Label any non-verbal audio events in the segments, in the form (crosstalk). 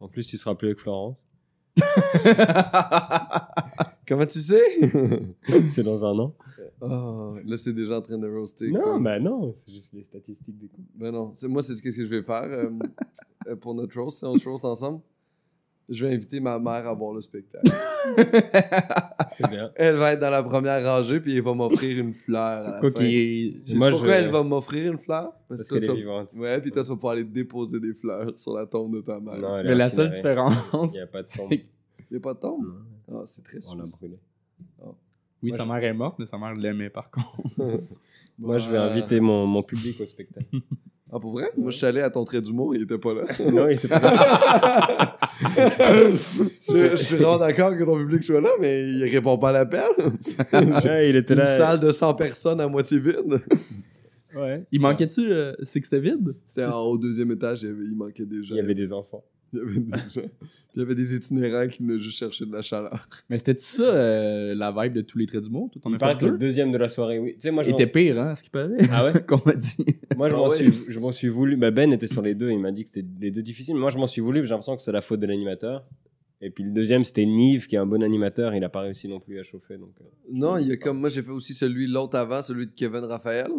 En plus, tu seras plus avec (laughs) Florence. Comment (laughs) tu sais C'est dans un an. Oh, là, c'est déjà en train de roaster. quoi. Non, bah non, c'est juste les statistiques des couples. Ben non, c'est- moi, c'est ce que ce que je vais (laughs) faire euh, euh, pour notre roast. Si on se roast ensemble, je vais inviter ma mère à voir le spectacle. C'est bien. Elle va être dans la première rangée, puis elle va m'offrir une fleur à la Quoi fin. qu'il. Sais-tu Moi, je- pourquoi elle va m'offrir une fleur? Parce, Parce que qu'elle est toi, tu vivante. vas- Ouais, puis toi, tu vas pouvoir aller déposer des fleurs sur la tombe de ta mère. Non, elle est Mais la seule incinérée. différence. Il n'y a pas de sang. c'est- Il n'y a pas de tombe? Non, Ah, c'est très On l'a suisse. brûlé. Oui, Moi, sa mère est morte, mais sa mère l'aimait par contre. Moi, je vais Bah, inviter mon, mon public au spectacle. (laughs) Ah, pour vrai? Moi, je suis allé à ton trait d'humour, il était (laughs) pas là. non, il était pas- (laughs) je, je suis vraiment d'accord que ton public soit là, mais il répond pas à l'appel. Ouais, il était Une là. salle de 100 personnes à moitié vide. (laughs) Ouais. Il manquait-tu euh, C'est que c'était vide C'était en- au deuxième étage, il, y avait- il manquait des gens. Il y avait des enfants. Il y avait des gens. Puis il y avait des itinérants qui venaient juste chercher de la chaleur. Mais c'était ça euh, la vibe de tous les traits du monde Tout en Il effet paraît que le deuxième de la soirée, oui. Tu sais, moi, je était m'en- pire, hein, à ce qu'il paraît. (laughs) Ah ouais Qu'on m'a dit. Moi, je Ah m'en ouais. suis, je m'en suis voulu. Bah, ben était sur les deux. Il m'a dit que c'était les deux difficiles. Mais moi, je m'en suis voulu. parce que J'ai l'impression que c'est la faute de l'animateur. Et puis le deuxième, c'était Nive, qui est un bon animateur. Il n'a pas réussi non plus à chauffer. Donc, euh, Non, il y a comme moi, j'ai fait aussi celui l'autre avant, celui de Kevin Raphaël.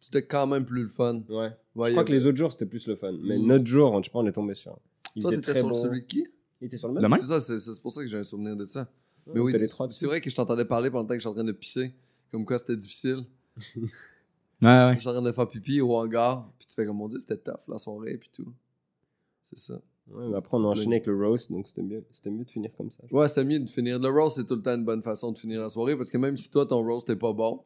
C'était quand même plus le fun. ouais. Je Ouais, il y crois que avait- les autres jours, c'était plus le fun. Mais Mm. notre jour, je pense, on est tombé sur. un. Il Toi, faisait t'étais très sur bon- celui de qui Il était sur le même. La main? C'est ça, c'est c'est pour ça que j'ai un souvenir de ça. Ouais, Mais oui, t'as les trois dessus. c'est vrai que je t'entendais parler pendant que j'étais en train de pisser. Comme quoi, c'était difficile. Ouais, ouais. J'étais en train de faire pipi au hangar. Puis tu fais comme mon dieu, c'était tough la soirée, puis tout. C'est ça. Ouais, mais après, on a enchaîné avec le roast, donc c'était mieux, c'était mieux de finir comme ça. Ouais, c'est mieux de finir. Le roast, c'est tout le temps une bonne façon de finir la soirée parce que même si toi, ton roast est pas bon,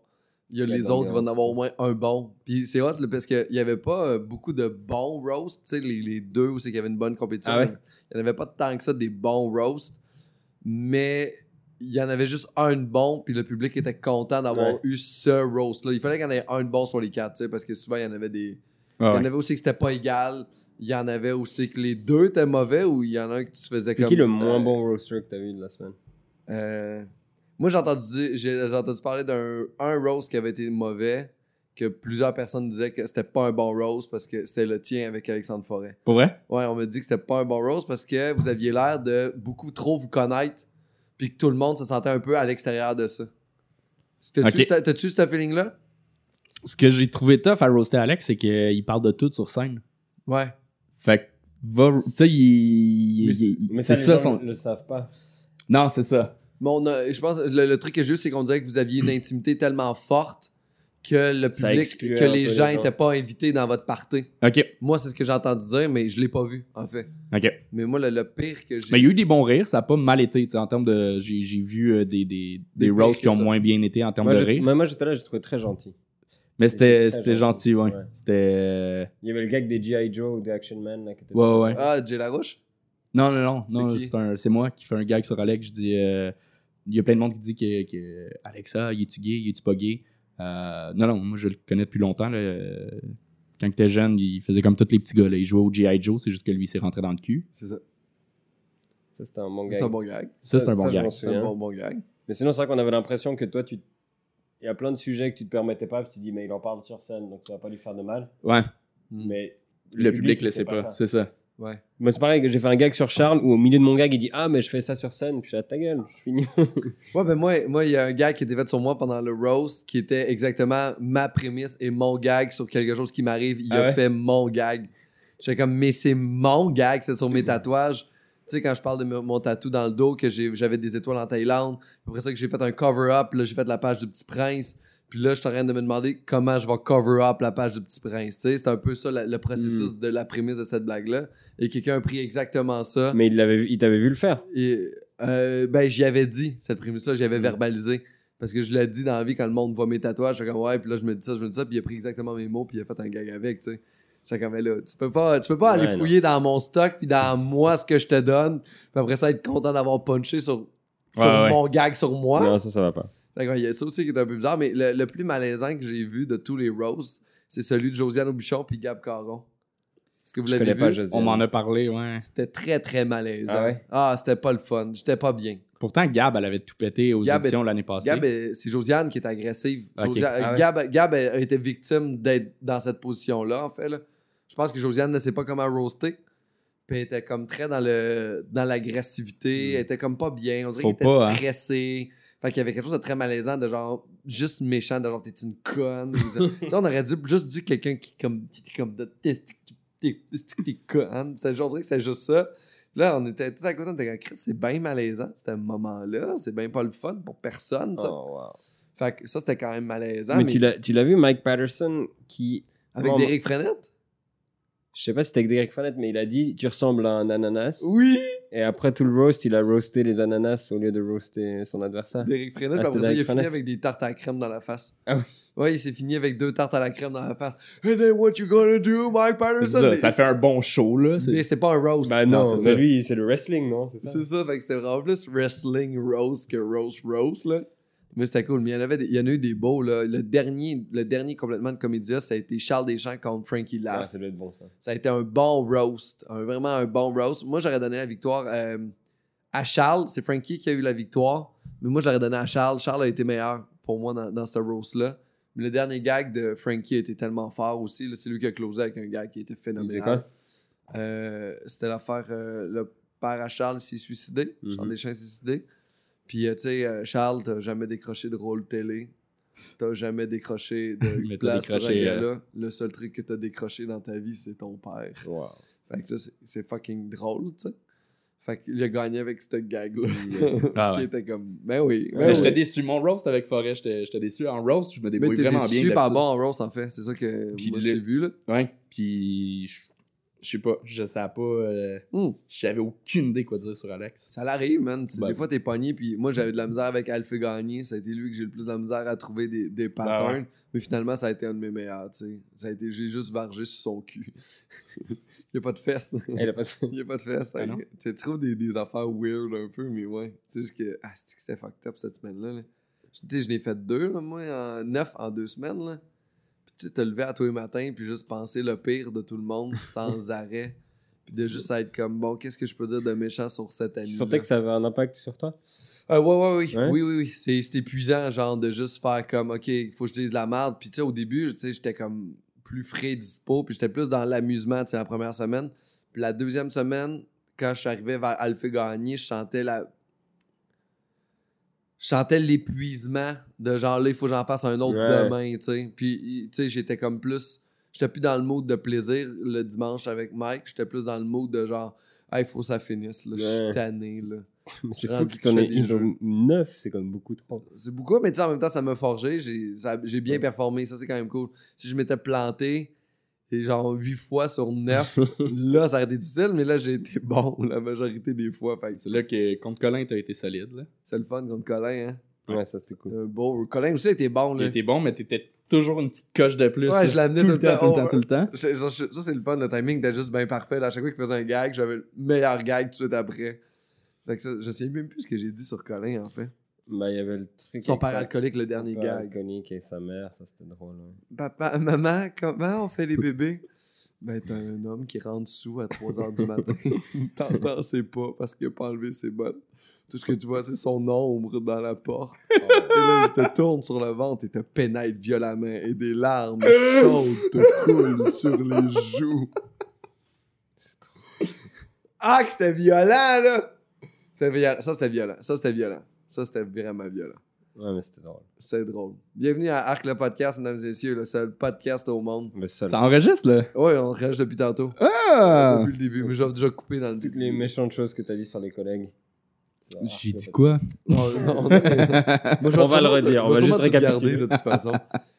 il y a Il y a les de autres, il va en l'ambiance. avoir au moins un bon. Puis c'est hot là, parce qu'il y avait pas euh, beaucoup de bons roasts, tu sais, les, les deux où c'est qu'il y avait une bonne compétition. Ah ouais? Il n'y en avait pas tant que ça des bons roasts, mais il y en avait juste un de bon, puis le public était content d'avoir Ouais. eu ce roast-là. Il fallait qu'il y en ait un de bon sur les quatre, tu sais, parce que souvent, il y en avait des. Il y en avait aussi que c'était pas égal. Il y en avait aussi que les deux étaient mauvais ou il y en a un que tu faisais C'est comme qui le si moins c'était- bon roaster que t'as vu de la semaine euh, moi, j'ai entendu, dire- j'ai j'ai entendu parler d'un un roast qui avait été mauvais, que plusieurs personnes disaient que c'était pas un bon roast parce que c'était le tien avec Alexandre Forêt. Pour vrai Ouais, on me dit que c'était pas un bon roast parce que vous aviez l'air de beaucoup trop vous connaître, puis que tout le monde se sentait un peu à l'extérieur de ça. T'as-tu Ok. ce- t'as-tu ce feeling-là? Ce que j'ai trouvé tough à roaster Alex, c'est qu'il parle de tout sur scène. Ouais. Fait que, va- tu sais, il. Mais- il- il- Mais C'est les ça, gens son. le le savent pas. Non, c'est ça. Mais on a- je pense le, le truc que j'ai eu, c'est qu'on dirait que vous aviez une intimité tellement forte que le Hmm. Ça public, excluait que un les peu les gens gens. n'étaient pas invités dans votre party. Ok, Moi, c'est ce que j'ai entendu dire, mais je l'ai pas vu, en fait. ok. Mais moi, le, le pire que j'ai. Mais il y a eu des bons rires, ça a pas mal été, tu sais, en termes de. J'ai j'ai vu euh, des, des, des, Des roasts pires qui ont que ça. moins bien été en termes Moi, de j'ai- rire. mais moi, j'étais là, j'ai trouvé très gentil. Mais c'était très c'était gentil, ouais. Ouais. C'était. Il y avait le gag des G.I. Joe ou des Action Man là, qui était Ouais, ouais, ouais. Ah, Jay Larouche Non, non, non. C'est non qui? c'est un- c'est moi qui fais un gag sur Alex. Je dis. euh, Il y a plein de monde qui dit que, que Alexa, il est-tu gay, il est-tu pas gay? Euh, non, non, moi je le connais depuis longtemps. là. Euh, Quand il était jeune, il faisait comme tous les petits gars. Là. Il jouait au G.I. Joe, c'est juste que lui il s'est rentré dans le cul. C'est ça. Ça, c'était un bon gag. C'est un bon gag. Ça, c'est un bon je gag. m'en C'est un souviens. bon, bon gag. Mais sinon, c'est vrai qu'on avait l'impression que toi, tu... il y a plein de sujets que tu te permettais pas, puis tu dis, mais il en parle sur scène, donc ça va pas lui faire de mal. Ouais, Mais le, public il le sait sait pas, faire. c'est ça. Ouais. Moi, c'est pareil, que j'ai fait un gag sur Charles où au milieu de mon gag, il dit, ah, mais je fais ça sur scène, puis je suis à ta gueule, je finis. Ouais, ben moi, moi, il y a un gag qui était fait sur moi pendant le roast qui était exactement ma prémisse et mon gag sur quelque chose qui m'arrive. Il Ah a ouais? fait mon gag. J'étais comme, mais c'est mon gag, c'est sur mes tatouages. Tu sais, quand je parle de mon mon tatou dans le dos, que j'ai- j'avais des étoiles en Thaïlande, après ça que j'ai fait un cover-up, là, j'ai fait la page du Petit Prince. Puis là, je suis en train de me demander comment je vais cover-up la page du Petit Prince. Tu sais, c'est un peu ça la- le Hmm. processus de la prémisse de cette blague-là. Et quelqu'un a pris exactement ça. mais il l'avait vu- il t'avait vu le faire. Et, euh, ben, j'y avais dit, cette prémisse-là, j'y avais Mm. verbalisé. Parce que je l'ai dit dans la vie, quand le monde voit mes tatouages, je fais comme ouais, puis là, je me dis ça, je me dis ça, puis il a pris exactement mes mots, puis il a fait un gag avec, tu sais. J'étais comme, mais là, tu peux pas, tu peux pas Ouais, aller non. fouiller dans mon stock, puis dans moi, ce que je te donne, puis après ça, être content d'avoir punché sur, sur Ouais, ouais. mon gag sur moi. Non, ça, ça va pas. D'accord, il y a ça aussi qui est un peu bizarre, mais le, le plus malaisant que j'ai vu de tous les roasts, c'est celui de Josiane Aubuchon puis Gab Caron. Est-ce que vous Je l'avez connais vu? pas Josiane. On m'en a parlé, ouais. C'était très, très malaisant. Ah ouais? Ah, c'était pas le fun. J'étais pas bien. Pourtant, Gab, elle avait tout pété aux Gab est- éditions l'année passée. Gab, euh, c'est Josiane qui est agressive. Ok. Josiane- Ah ouais. Gab, Gab euh, a a été victime d'être dans cette position-là, en fait. là. Je pense que Josiane ne sait pas comment roaster. Puis elle était comme très dans le dans l'agressivité. Mm. Elle était comme pas bien. On dirait Faut qu'elle était pas, hein. stressée. Fait qu'il y avait quelque chose de très malaisant, de genre juste méchant, de genre t'es une conne. (laughs) Ou ça. tu sais, on aurait dû juste dire quelqu'un qui comme qui était comme de- t'es t'es- t'es- t'es conne. C'était genre, on dirait que c'était juste ça. Là, on était tout à côté, on était comme Chris, c'est bien malaisant, ce moment-là. C'est bien pas le fun pour personne. ça. Oh, wow. Fait que ça, c'était quand même malaisant. mais, mais tu l'as- tu l'as vu, Mike Patterson, qui. avec Bon, Derek Frenette? Je sais pas si c'était avec Derek Fanette, mais il a dit Tu ressembles à un ananas. Oui! Et après tout le roast, il a roasté les ananas au lieu de roaster son adversaire. Derek Frenette, Ah, puis après c'était ça, il a Derek fini Frenette. avec des tartes à la crème dans la face. Ah oui. Ouais, il s'est fini avec deux tartes à la crème dans la face. And then what you gonna do, Mike Patterson? Ça, Mais- ça fait un bon show, là. c'est- Mais c'est pas un roast. Bah non, c'est mais ça. lui, c'est le wrestling, non C'est ça C'est ça, fait que c'était vraiment plus wrestling roast que roast roast, là. Mais c'était cool. Mais il y en, avait des- il y en a eu des beaux, là. Le dernier, le dernier complètement de comédia, ça a été Charles Deschamps contre Frankie Ah, Laff. ça doit être bon ça. Ça a été un bon roast. Un, vraiment un bon roast. Moi, j'aurais donné la victoire euh, à Charles. C'est Frankie qui a eu la victoire. Mais moi, j'aurais donné à Charles. Charles a été meilleur pour moi dans, dans ce roast-là. Mais le dernier gag de Frankie a été tellement fort aussi. là. C'est lui qui a closé avec un gag qui était Il disait phénoménal. quoi (laughs) Euh, C'était l'affaire. euh, le père à Charles s'est suicidé. Mhm. Charles Deschamps s'est suicidé. Puis, euh, tu sais, euh, Charles, t'as jamais décroché de rôle télé. T'as jamais (laughs) décroché de Mais t'as place sur un décroché, euh, gala. Le seul truc que t'as décroché dans ta vie, c'est ton père. Wow. Fait que ça, c'est- c'est fucking drôle, tu sais. Fait qu'il a gagné avec ce gag-là. (laughs) Ah ouais. Qui était comme, ben oui, ben Mais oui. j'étais déçu. Mon roast avec Forêt, j'étais j'étais déçu. En roast, je me Mais débrouille t'étais vraiment bien. super d'habitude. bon en roast, en fait. C'est ça que Puis moi, le- je t'ai vu, là. Ouais. Puis, je je sais pas. Je savais pas. euh, Hum, J'avais aucune idée quoi dire sur Alex. Ça l'arrive, man. Tu- Ben. Des fois, t'es pogné, puis moi, j'avais de la misère avec Alphé Gagné. Ça a été lui que j'ai le plus de la misère à trouver des, des patterns. Mais finalement, ça a été un de mes meilleurs, tu sais. Ça a été, j'ai juste vargé sur son cul. (laughs) Il y a pas de fesses. Eh, il a pas de- (laughs) Il n'y a pas de fesses. Ah hein. non? tu trouves des, des affaires weird un peu, mais ouais. Tu sais, juste que ah, c'est que c'était fucked up cette semaine-là. là. Je- Tu sais, je n'ai fait deux, là, moi, en neuf en deux semaines. Là. Puis tu sais, te lever à tous les matins, puis juste penser le pire de tout le monde sans arrêt. Puis de juste être comme, bon, qu'est-ce que je peux dire de méchant sur cette année Tu sentais que ça avait un impact sur toi euh, ouais, ouais, oui. Ouais? Oui, oui, oui. C'est c'est épuisant, genre, de juste faire comme, OK, faut que je dise de la merde. Puis, tu sais, au début, tu sais, j'étais comme plus frais dispo, puis j'étais plus dans l'amusement, tu sais, la première semaine. Puis la deuxième semaine, quand je suis arrivé vers Alphé Gagné, je sentais la. Je sentais l'épuisement de genre, là, il faut que j'en fasse un autre Ouais. demain, tu sais. Puis, tu sais, j'étais comme plus. J'étais plus dans le mode de plaisir le dimanche avec Mike. J'étais plus dans le mode de genre, il faut que ça finisse, là. Je suis Ouais. tanné, là. Mais C'est Rendu fou qu'il que je t'en fais ait des ils ont neuf, c'est quand même beaucoup trop. C'est beaucoup, mais tu sais, en même temps, ça m'a forgé. J'ai ça- j'ai bien performé. Ça, c'est quand même cool. Si je m'étais planté, et genre 8 fois sur (laughs) 9, là, ça aurait été difficile, mais là, j'ai été bon la majorité des fois. Fait que C'est là que contre Colin, t'as été solide. Là. c'est le fun contre Colin, hein. Ouais, ça c'est cool. Un beau. Colin aussi était bon, là. T'étais bon, mais t'étais toujours une petite coche de plus. Ouais, là. je l'amenais tout tout le le temps, tout le temps temps, tout le temps. C'est- Ça, c'est- ça, c'est le fun. Le timing était juste bien parfait. là. À chaque fois qu'il faisait un gag, j'avais le meilleur gag tout de suite après. Fait que ça, je sais même plus ce que j'ai dit sur Colin, en fait. Bah, il y avait le truc. Son avec père sa- alcoolique, le son dernier père gag. alcoolique et sa mère, ça c'était drôle. hein. Papa, (laughs) maman, comment on fait les bébés? Ben, t'as un homme qui rentre sous à 3 h du (laughs) matin. T'entends, c'est pas parce qu'il a pas enlevé ses bottes. Tout ce que tu vois, c'est son ombre dans la porte. Oh, Et là, il te tourne sur le ventre et te pénètre violemment. Et des larmes chaudes (laughs) te coulent sur les joues. C'est trop. Ah, que c'était violent, là! C'était viol- Ça, c'était violent. Ça, c'était violent. Ça, c'était vraiment violent. Ouais, mais c'était drôle. C'est drôle. Bienvenue à Arc le podcast, mesdames et messieurs, le seul podcast au monde. Mais seul. Ça enregistre, là. Ouais, on rage depuis tantôt. Ah! Depuis le début, mais j'avais déjà coupé dans le Toutes début. les méchantes choses que t'as dit sur les collègues. J'ai dit quoi? (laughs) Ben, Non, non, non. Moi, je vais On va le sûrement- redire, on je vais va sûrement juste tout garder, récapituler. de toute façon.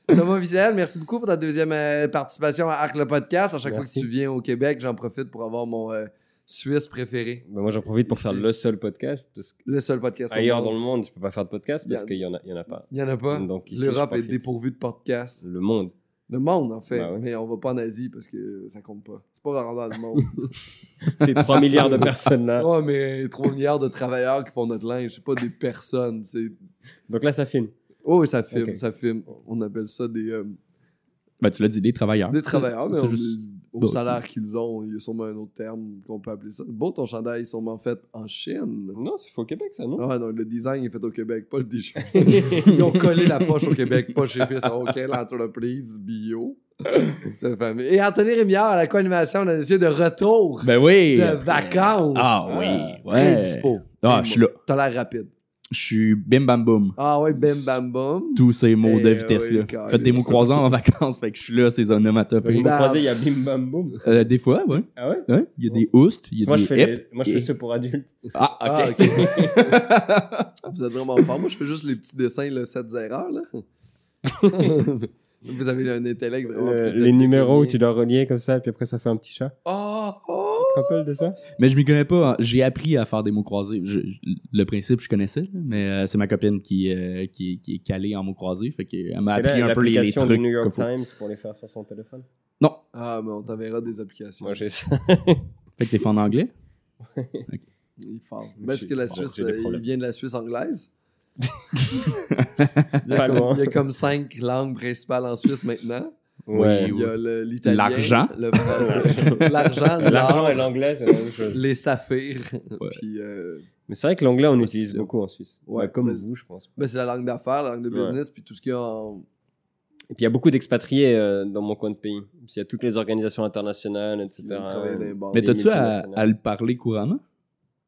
Thomas Wiesel, merci beaucoup pour ta deuxième euh, participation à Arc le podcast. À chaque Merci. fois que tu viens au Québec, j'en profite pour avoir mon euh, Suisse préféré. Bah, moi j'en profite pour faire Ici. le seul podcast. Parce que Le seul podcast au ailleurs monde. dans le monde, je peux pas faire de podcast parce Y'a- qu'il y en a, il y en a (laughs) pas. Il n'y en a pas. Donc, ici, L'Europe je est profite. dépourvue de podcasts. Le monde. Le monde, en fait. Bah oui. Mais on va pas en Asie parce que ça compte pas. C'est pas vraiment dans le (laughs) monde. Ces 3 milliards de personnes (laughs) là. oh, mais 3 milliards de travailleurs qui font notre linge. C'est pas des personnes. C'est Donc là ça filme. Oh, oui, ça filme, Ok. ça filme. On appelle ça des, euh, Ben, tu l'as dit, des travailleurs. des travailleurs, mais C'est on- juste- au Bon. salaire qu'ils ont, il y a sûrement un autre terme qu'on peut appeler ça. Beau ton chandail, sûrement fait en Chine. Non, c'est au Québec Oh. (laughs) ça, non (laughs) Ah non, le design est fait au Québec, (laughs) (laughs) pas le t Ils ont collé la poche au Québec, pas chez Fils. Ok, l'entreprise bio. Ça fait- Et Anthony Rémiard à la co-animation, on a essayé de retour Ben oui! de vacances. Ah oui, Très ouais. dispo. Ah, je suis là. T'as l'air rapide. Je suis bim bam boum. Ah ouais, bim bam bam. Tous ces mots Eh de vitesse-là. oui, Carlis. Faites des mots croisants en (laughs) vacances, fait que je suis là, ces Vous onomatopées. Bah. croisez, il y a bim bam boum. Euh, des fois, ouais. Ah ouais Hein? Il y a des oustes, il y a Moi, des je fais, les- hips. moi, je et- fais ceux pour (laughs) adultes. Ah, ok. Ah, ok. Vous êtes vraiment fort. Moi, je fais juste les petits dessins, là, 7 erreurs. Là. (laughs) Vous avez un intellect vraiment Euh, plus les élevé que numéros le où tu mien. dois relier comme ça, et puis après, ça fait un petit chat. Oh, oh. Tu te rappelles de ça Mais je m'y connais pas. hein. J'ai appris à faire des mots croisés. Je- le principe, je connaissais, là, mais euh, c'est ma copine qui, euh, qui, qui est calée en mots croisés. Fait qu'elle m'a Parce que appris là, un peu les, les l'application trucs. du New qu'il York faut. Times pour les faire sur son téléphone. Non. Ah, mais on t'enverra des applications. Moi, j'ai ça. Fait que t'es fait en anglais. Il est fort. Parce J'ai- que la bon, Suisse, j'ai des euh, il problèmes. vient de la (laughs) Suisse anglaise. il, y a Pas comme, loin. il y a comme cinq langues principales en Suisse maintenant. (laughs) Ouais. Il y a le- l'italien, L'argent. le (laughs) français, l'argent, L'argent et l'or, l'anglais, c'est la même chose. les saphirs. Ouais. Puis, euh, Mais c'est vrai que l'anglais, on Ouais, l'utilise c'est- beaucoup en Suisse. Ouais, Ouais, comme mais- vous, je pense. ben, c'est la langue d'affaires, la langue de Ouais. business, puis tout ce qu'il y a en. Et puis il y a beaucoup d'expatriés euh, dans mon coin de pays. Puis, Il y a toutes les organisations internationales, etc. qui vient travailler dans les bars. Mais des t'as-tu à, multinationales. à le parler couramment?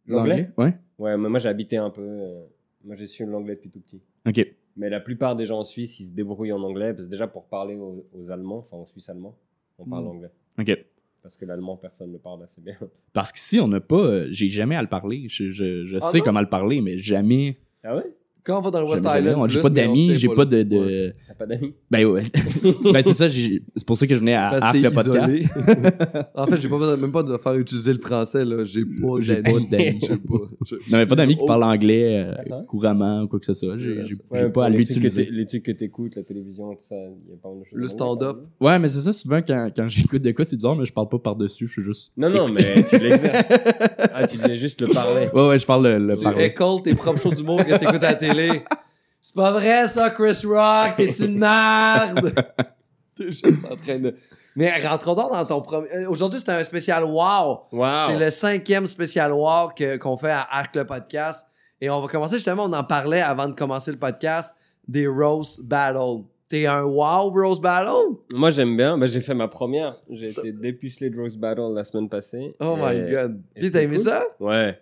L'anglais Ouais. Ouais, mais moi j'ai habité un peu. euh, moi j'ai su l'anglais depuis tout petit. Ok. Mais la plupart des gens en Suisse, ils se débrouillent en anglais. Parce que déjà pour parler aux, aux Allemands, enfin aux Suisses allemands, on parle Mm. anglais. Ok. Parce que l'allemand, personne ne parle assez bien. (laughs) Parce qu'ici, on n'a pas. euh, J'ai jamais à le parler. Je, je- je Ah sais non? comment le parler, mais jamais. Ah ouais Quand on va dans le West jamais parler. Island, J'ai plus, pas mais on d'amis, sait j'ai pas de. de- Ouais. T'as pas d'amis Ben ouais. ben c'est ça, j'ai- c'est pour ça que je venais à Parce Arc que le t'es podcast. (laughs) isolé. en fait, j'ai pas besoin même pas de faire utiliser le français, là. J'ai pas J'ai pas d'amis. d'amis. J'ai pas- j'ai- Non, mais pas d'amis qui Oh, parlent anglais euh, Ah, ça va? couramment ou quoi que ce soit. C'est J'ai vrai, j'ai- ça. Ouais, j'ai pour pas à les trucs que l'utiliser. t'é- Les trucs que t'écoutes, la télévision, tout ça, il y a pas mal de choses. Le en anglais, stand-up. par exemple. Ouais, mais c'est ça, souvent, quand, quand j'écoute de quoi, c'est bizarre, mais je parle pas par-dessus, je suis juste. Non, non, mais tu l'exerces. (laughs) ah, tu disais juste le parler. Ouais, ouais, je parle le, le Tu parler. écoles tes propres shows d'humour que t'écoutes à la télé. C'est pas vrai, ça, Chris Rock, t'es une merde! T'es juste en train de. Mais rentrons donc dans ton premier. euh, Aujourd'hui, c'était un spécial Wow! Waouh C'est le cinquième spécial Wow que- qu'on fait à Arc le podcast. Et on va commencer justement, on en parlait avant de commencer le podcast, des Rose Battle. T'es un Wow Rose Battle? Moi, j'aime bien. Bah, j'ai fait ma première. J'ai été dépucelé de Rose Battle la semaine passée. Oh Et- my god. Euh, et Puis c'était t'as aimé cool. ça? Ouais.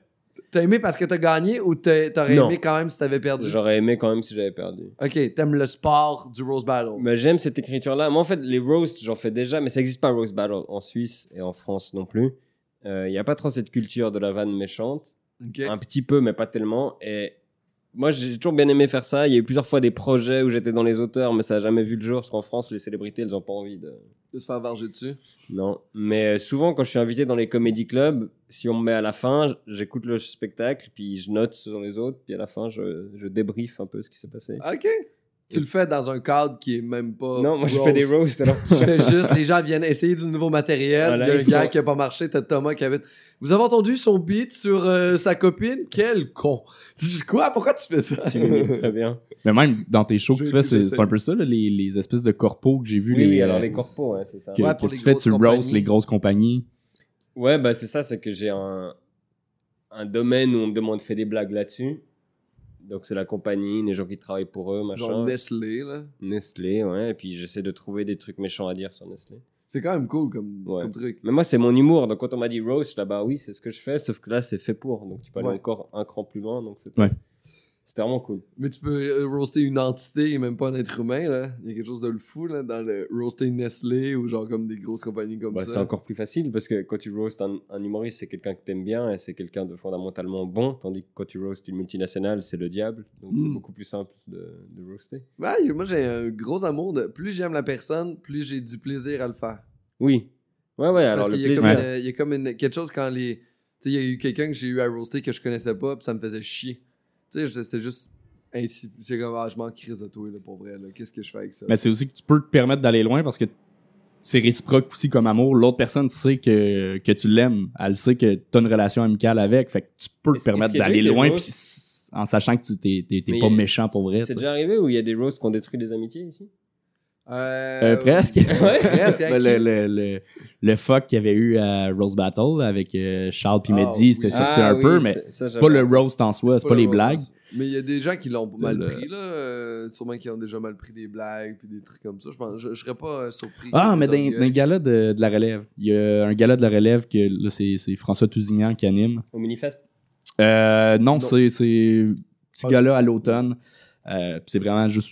T'as aimé parce que t'as gagné ou t'as- t'aurais Non. aimé quand même si t'avais perdu? J'aurais aimé quand même si j'avais perdu. Ok, t'aimes le sport du Rose Battle. Mais j'aime cette écriture-là. Moi, en fait, les roasts, j'en fais déjà, mais ça n'existe pas roast battle en Suisse et en France non plus. Il n'y a pas trop cette culture de la vanne méchante. Ok. Un petit peu, mais pas tellement. Et moi, j'ai toujours bien aimé faire ça. Il y a eu plusieurs fois des projets où j'étais dans les auteurs, mais ça n'a jamais vu le jour, parce qu'en France, les célébrités, elles n'ont pas envie de... de se faire varger dessus. Non, mais euh, souvent quand je suis invité dans les comédie clubs, si on me met à la fin, j- j'écoute le spectacle, puis je note sur les autres, puis à la fin je, je débrief un peu ce qui s'est passé. OK. Tu le fais dans un cadre qui est même pas. non, moi je Ah, fais roast. des roasts alors. Tu fais (laughs) juste, les gens viennent essayer du nouveau matériel. Voilà, il y a un ils gars sont- qui a pas marché, t'as Thomas qui avait. Vous avez entendu son beat sur euh, sa copine? Quel con! Tu dis, Quoi? Pourquoi tu fais ça? Tu m'imites très bien. Mais même dans tes shows que Je tu fais, sais, c'est je c'est sais. un peu ça, là, les, les espèces de corpos que j'ai vu. Oui, oui, euh, alors les corpos, hein, c'est ça. que, Ouais, que pour les tu fais, grosses tu roast compagnies. les grosses compagnies. Ouais, bah c'est ça, c'est que j'ai un, un domaine où on me demande de faire des blagues là-dessus. Donc c'est la compagnie, les gens qui travaillent pour eux, machin. (laughs) Genre Nestlé, là. Nestlé, ouais, et puis j'essaie de trouver des trucs méchants à dire sur Nestlé. C'est quand même cool comme, Ouais. comme truc. Mais moi, c'est mon humour. Donc, quand on m'a dit roast, là-bas, oui, c'est ce que je fais. Sauf que là, c'est fait pour. Donc, tu peux aller Ouais. encore un cran plus loin. Donc, c'était Ouais. c'était vraiment cool. Mais tu peux euh, roaster une entité et même pas un être humain, là. Il y a quelque chose de le fou, là, dans le roaster Nestlé ou genre comme des grosses compagnies comme Bah, c'est ça. encore plus facile parce que quand tu roast un, un humoriste, c'est quelqu'un que t'aimes bien et c'est quelqu'un de fondamentalement bon. Tandis que quand tu roast une multinationale, c'est le diable. Donc, c'est Mm. beaucoup plus simple de, de roaster. Ouais, moi, j'ai un gros amour de. Plus j'aime la personne, plus j'ai du plaisir à le faire. Oui. Ouais, Ah ouais. Alors, le qu'il y a plaisir. comme une- il y a comme une- quelque chose quand les. Tu sais, il y a eu quelqu'un que j'ai eu à roaster que je connaissais pas, puis ça me faisait chier. Tu sais, je- c'était juste. Ainsi, j'ai comme, ah, je m'en crise de toi, là, pour vrai, là. Qu'est-ce que je fais avec ça? Mais c'est aussi que tu peux te permettre d'aller loin parce que c'est réciproque aussi comme amour. L'autre personne sait que, que tu l'aimes. Elle sait que tu as une relation amicale avec. Fait que tu peux Est-ce- te est-ce permettre qu'il y a déjà d'aller eu des loin roasts? puis s- en sachant que tu t'es t'es- t'es Mais pas il y a- méchant pour vrai. C'est tu sais. déjà arrivé où il y a des roasts qui ont détruit des amitiés ici Euh, Euh, (laughs) presque. (laughs) Presque, hein, le, qui- le, le, le fuck qu'il y avait eu à Rose Battle avec euh, Charles puis Ah, Medzi, c'était oui. sorti un peu, mais c'est pas le roast en soi, c'est pas, les le blagues. sens. Mais il y a des gens qui l'ont mal le- pris, là. euh, sûrement qui ont déjà mal pris des blagues puis des trucs comme ça. Je pense, je, je serais pas euh, surpris. Ah, que mais les dans autres dans le gars- gala de, de la relève, il y a un gala de la relève que là, c'est c'est François Tousignan qui anime. Au Minifest. Euh, non, Non. c'est c'est petit Ah. gala à l'automne. Euh, puis c'est vraiment juste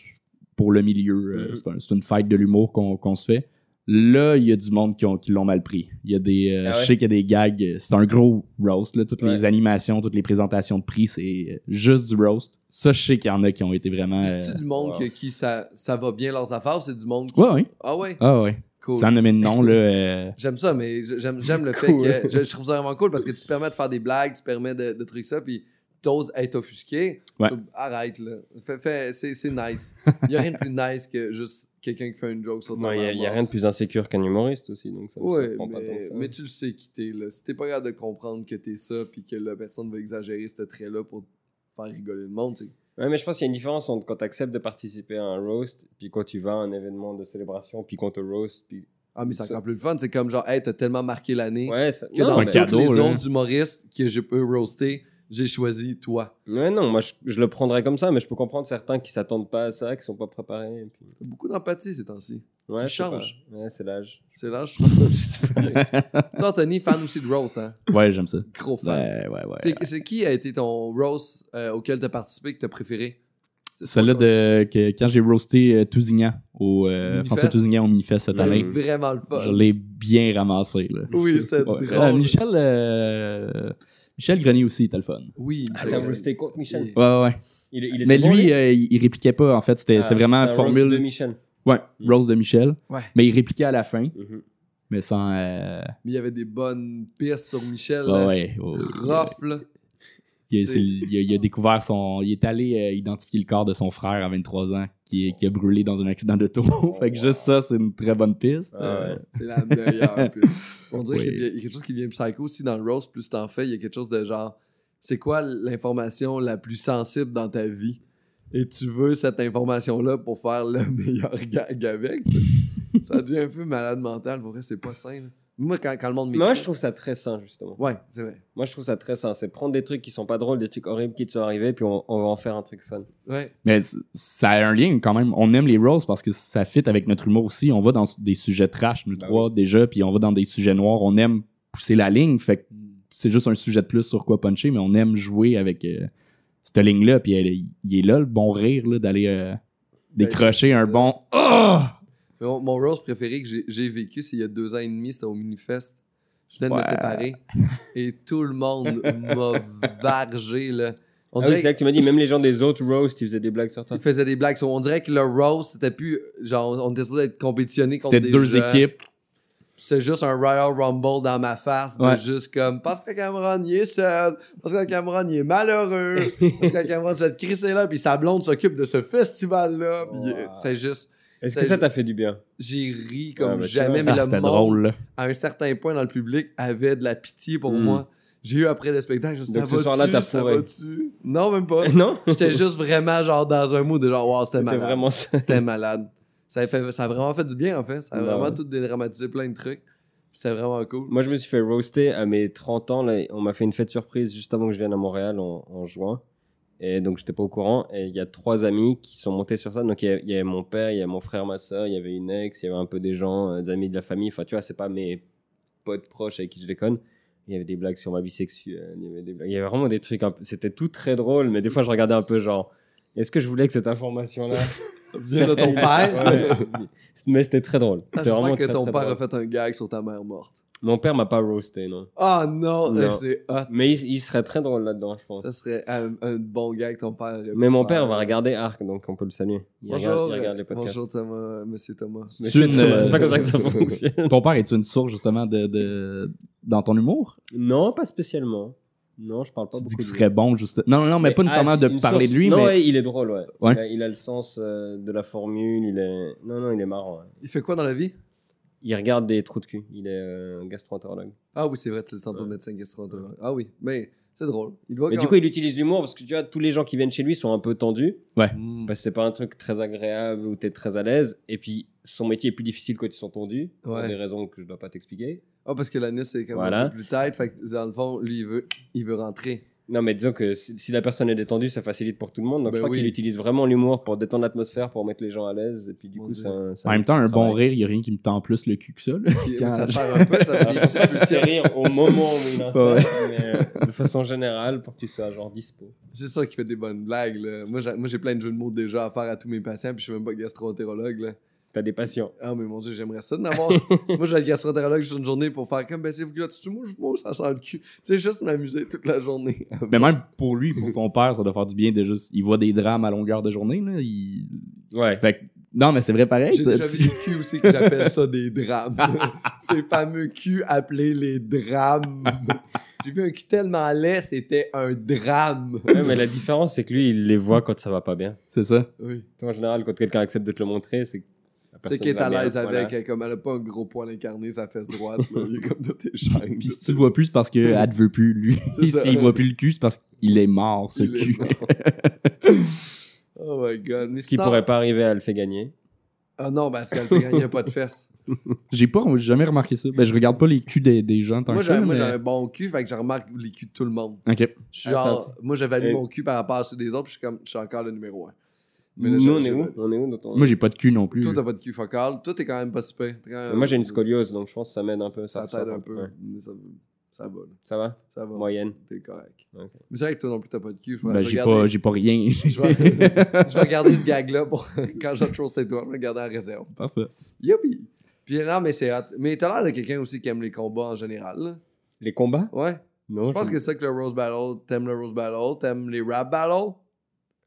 pour le milieu. Euh, Mhm. c'est un- C'est une fête de l'humour qu'on qu'on se fait. Là, il y a du monde qui ont- qui l'ont mal pris. Il y a des, euh, Ah ouais? Je sais qu'il y a des gags. euh, C'est un gros roast. là. Toutes les Ouais. animations, toutes les présentations de prix, c'est euh, juste du roast. Ça, je sais qu'il y en a qui ont été vraiment. Puis euh, C'est-tu du monde wow. que- qui ça, ça va bien leurs affaires ou c'est du monde qui. Ouais, ouais. Ah ouais, Ah ouais. cool. Sans nommer de nom, là. euh, J'aime ça, mais je- j'aime, j'aime le Cool. fait que. Je, je trouve ça vraiment cool parce que tu te permets de faire des blagues, tu te permets de, de trucs ça, puis t'oses être offusqué. Ouais. Je- Arrête, là. Fais- fais- c'est, c'est nice. Il n'y a rien de plus nice que juste quelqu'un qui fait une joke sur Il ton n'y a rien de plus insécure qu'un humoriste aussi. Donc ça, me Ouais, surprend pas tant que mais, ça. mais tu le sais qui t'es, là. Si t'es pas capable de comprendre que t'es ça, puis que la personne va exagérer ce trait-là pour faire rigoler le monde, tu sais. Ouais, mais je pense qu'il y a une différence entre quand tu acceptes de participer à un roast, puis quand tu vas à un événement de célébration, puis qu'on te roast. Puis... Ah, mais c'est encore plus le fun. C'est comme genre, hey, t'as tellement marqué l'année Ouais, ça... que non, dans un mais... toutes cadeau, les là. autres humoristes que j'ai pu roaster, j'ai choisi toi. Ouais, non, moi je, je le prendrais comme ça, mais je peux comprendre certains qui s'attendent pas à ça, qui sont pas préparés. et puis- T'as beaucoup d'empathie ces temps-ci. Ouais, Tu je sais pas. changes. Ouais, c'est l'âge. C'est là, je pense. je sais pas dire. (laughs) Toi, Anthony, fan aussi de roast, hein? (laughs) ouais, j'aime ça. Gros fan. Ouais, ouais, ouais. C'est, c'est qui a été ton roast euh, auquel t'as participé que t'as préféré? C'est Celle-là quoi, de que- quand j'ai roasté euh, Tousignan au euh, Minifest. François Tousignan au Minifest cette comme- année, C'est vraiment le fun. je l'ai bien ramassé là. Oui, Oh, c'est Ouais. Euh, drôle. Michel euh, Michel Grenier aussi était le fun. Oui, Ah, Michel. t'as roasté contre Michel Yeah. Ouais, Ouais ouais. Il- il était Mais bon, lui euh, il, il répliquait pas en fait, c'était Ah, c'était vraiment c'est un roast formule de Michel. ouais, Rose de Michel. Ouais. Mais il répliquait à la fin, Mhm. mais sans euh, Mais il y avait des bonnes pistes sur Michel. ouais, là. ouais, ouais, ouais. Rough, là. Il, a- C'est- c'est- il a, il a découvert son. Il est allé euh, identifier le corps de son frère à 23 ans qui, est- qui a brûlé dans un accident d'auto. (laughs) fait que juste ça, c'est une très bonne piste. Ah ouais. Euh, C'est la meilleure (laughs) piste. On dirait Oui. qu'il y a- il y a quelque chose qui vient psycho aussi dans le roast. Plus t'en fais, il y a quelque chose de genre, c'est quoi l'information la plus sensible dans ta vie? Et tu veux cette information-là pour faire le (laughs) meilleur gag avec. tu sais. ça devient un peu malade mental. Pour vrai, c'est pas sain. là. Moi, quand, quand le monde Mais m'écrit... moi je trouve ça très sain, justement. Ouais, c'est vrai. Moi je trouve ça très sain. C'est prendre des trucs qui sont pas drôles, des trucs horribles qui te sont arrivés, puis on, on va en faire un truc fun. Ah Ouais. Mais c- ça a un lien quand même. On aime les roasts parce que ça fit avec notre humour aussi. On va dans des sujets trash, nous Ben trois déjà, puis on va dans des sujets noirs. On aime pousser la ligne. Fait que c'est juste un sujet de plus sur quoi puncher, mais on aime jouer avec euh, cette ligne-là. Puis elle est- il est là, le bon rire, là, d'aller euh, décrocher Ben, un c'est- bon. Ah! Mais mon, mon roast préféré que j'ai- j'ai vécu, c'est il y a deux ans et demi, c'était au Minifest. Je venais de Ouais. me séparer et tout le monde (laughs) m'a vargé, là. Ah On oui, c'est dirait là que tu m'as dit, même les gens des autres roasts, ils faisaient des blagues sur toi. qu'ils faisaient des blagues. So, On dirait que le roast, c'était plus. Genre, on était supposé être compétitionné contre C'était des deux gens. équipes. C'est juste un Royal Rumble dans ma face. de Ouais. juste comme. Parce que Cameron, il est seul. Parce que Cameron, il est malheureux. parce que Cameron, cette crise est là. Puis sa blonde s'occupe de ce festival-là. Puis euh, Wow. c'est juste. Est-ce Ça- que ça t'a fait du bien J'ai ri comme Ah, ben, jamais. c'est Mais Ah, le c'était monde, drôle, là. à un certain point dans le public, avait de la pitié pour Mm. moi. J'ai eu après le spectacle, je me suis dit, Donc, ça ce soir-là, va-tu, t'as ça fourré. va-tu? Non, même (laughs) pas. (laughs) Non J'étais juste vraiment genre dans un mood de genre, wow, c'était C'était malade. vraiment ça. (laughs) C'était malade. Ça a, fait, ça a vraiment fait du bien, en fait. Ça a Ouais, vraiment Ben ouais. tout dédramatisé plein de trucs. C'est vraiment (laughs) cool. Moi, je me suis fait roaster à mes 30 ans. Là, on m'a fait une fête surprise juste avant que je vienne à Montréal en, en juin. Et donc, j'étais pas au courant. Et il y a trois amis qui sont montés sur ça. Donc, il y a- il y, avait mon père, il y avait mon frère, ma soeur, il y avait une ex, il y avait un peu des gens, euh, des amis de la famille. Enfin, tu vois, c'est pas mes potes proches avec qui je déconne. Il y avait des blagues sur ma vie sexuelle. Il y avait, des blagues- il y avait vraiment des trucs. un peu- C'était tout très drôle, mais des fois, je regardais un peu genre. Est-ce que je voulais que cette (laughs) information-là. Viens de ton père. Ouais. Mais c'était très drôle. Ah, C'était J'espère vraiment que très, ton très père a drôle. fait un gag sur ta mère morte. Mon père m'a pas roasté, non. Ah non, Non. eh, c'est hot. Mais il, il serait très drôle là-dedans, je pense. Ça serait euh, un, bon gag ton père. aurait pu Mais mon faire. père va regarder Arc, donc on peut le saluer. Il Bonjour, regarde, il regarde les euh, podcasts. bonjour Thomas, monsieur Thomas. Mais C'est c'est une, Thomas, euh, c'est pas comme ça que (laughs) ça fonctionne. Ton père, est une source, justement, de, de- dans ton humour? non, pas spécialement. Non, je parle pas Tu dis beaucoup. qu'il de lui. serait bon, juste. Non, non, non, mais, ah, pas nécessairement de une parler source- de lui, non, mais. ouais, il est drôle, ouais. Ouais. Il, a, il a le sens euh, de la formule. Il est... Non, non, il est marrant. ouais. Il fait quoi dans la vie? Il regarde des trous de cul. Il est euh, gastroentérologue. Ah oui, c'est vrai, tu le sens ton Ouais. médecin gastro Ah oui, mais C'est drôle. Il doit Mais quand- du coup, il utilise l'humour parce que tu vois, tous les gens qui viennent chez lui sont un peu tendus Mm. parce que c'est pas un truc très agréable où t'es très à l'aise. Et puis, son métier est plus difficile quand ils sont tendus pour Ouais. des raisons que je dois pas t'expliquer. Ah, parce que l'anus, c'est comme Voilà. un peu plus tight. Fait que dans le fond, lui, il veut, il veut rentrer. Non, mais disons que si, si la personne est détendue, ça facilite pour tout le monde. Donc, Ben je crois oui. qu'il utilise vraiment l'humour pour détendre l'atmosphère, pour mettre les gens à l'aise. Et puis, du Mon coup, Dieu. c'est un- c'est En même temps, un bon travail. (laughs) rire, il n'y a rien qui me tend plus le cul que ça. là. Puis, Quand- ça sert un peu, ça (laughs) fait Alors, des je petites sais pas si pulsions. rire au moment où il (laughs) Ouais. insère, mais euh, de façon générale, pour que tu sois genre dispo. C'est ça qui fait des bonnes blagues. Là. Moi, j'ai- moi, j'ai plein de jeux de mots déjà à faire à tous mes patients, puis je suis même pas gastroentérologue. Là. T'as des patients. Ah, mais mon Dieu, j'aimerais ça d'en avoir. moi, j'ai le gastroentérologue juste une journée pour faire comme, ben, c'est vous qui l'avez moi, je moi, ça sent le cul. C'est juste m'amuser toute la journée. Mais même pour lui, pour ton père, ça doit faire du bien de juste. Il voit des drames à longueur de journée. Là. Il... (laughs) Ouais. Fait que- Non, mais c'est vrai pareil. J'ai tu- déjà vu tu- des culs aussi que j'appelle ça des drames. Ces fameux culs appelés les drames. J'ai vu un cul tellement laid, c'était un drame. Ouais, mais la différence, c'est que lui, il les voit quand ça va pas bien. C'est ça. Oui. Toi, En général, quand quelqu'un accepte de te le montrer, c'est que la C'est personne qu'elle est va à bien, l'aise voilà. avec, elle, comme elle a pas un gros poil incarné, sa fesse droite, là. il est comme de tes chaînes. Puis si tu le vois plus, c'est parce qu'elle ne veut plus, lui. C'est ça. S'il voit plus le cul, c'est parce qu'il est mort, ce Il est cul. (laughs) mort. Oh my god. Mais Ce qui sinon- pourrait pas arriver à le faire gagner. Ah non, parce qu'elle fait gagner pas de (laughs) fesses. J'ai pas, j'ai jamais remarqué ça. Ben, je regarde pas les culs des, des gens tant moi, que j'ai ça. moi, mais- j'ai un bon cul, fait que je remarque les culs de tout le monde. Ok. Je suis Ah, ça, genre, moi, j'évalue Et- mon cul par rapport à ceux des autres, puis je suis comme, je suis encore le numéro un. là, Nous, j'ai- on est j'ai- où On est où dans ton- Moi, j'ai pas de cul non plus. Toi, t'as pas de cul focal. Toi, t'es quand même pas super. Moi, j'ai une scoliose, donc je pense que ça m'aide un peu. Ça ressort t'aide un peu. Ouais. mais Ça, ça va, là. Ça va Ça va. Moyenne. T'es correct. Ok. Mais c'est vrai que toi non plus, t'as pas de cul. Faut Ben, je j'ai regarde- pas, j'ai (laughs) pas rien. Je vais, je vais regarder ce gag-là pour (laughs) quand j'ai autre chose tes doigts, je vais le garder en réserve. Parfait. Youpi! Puis non, mais c'est hot. Mais t'as l'air de quelqu'un aussi qui aime les combats en général. là. Les combats Ouais. Non. je pense que c'est ça que le Rose Battle. T'aimes le Rose Battle, t'aimes les rap battles.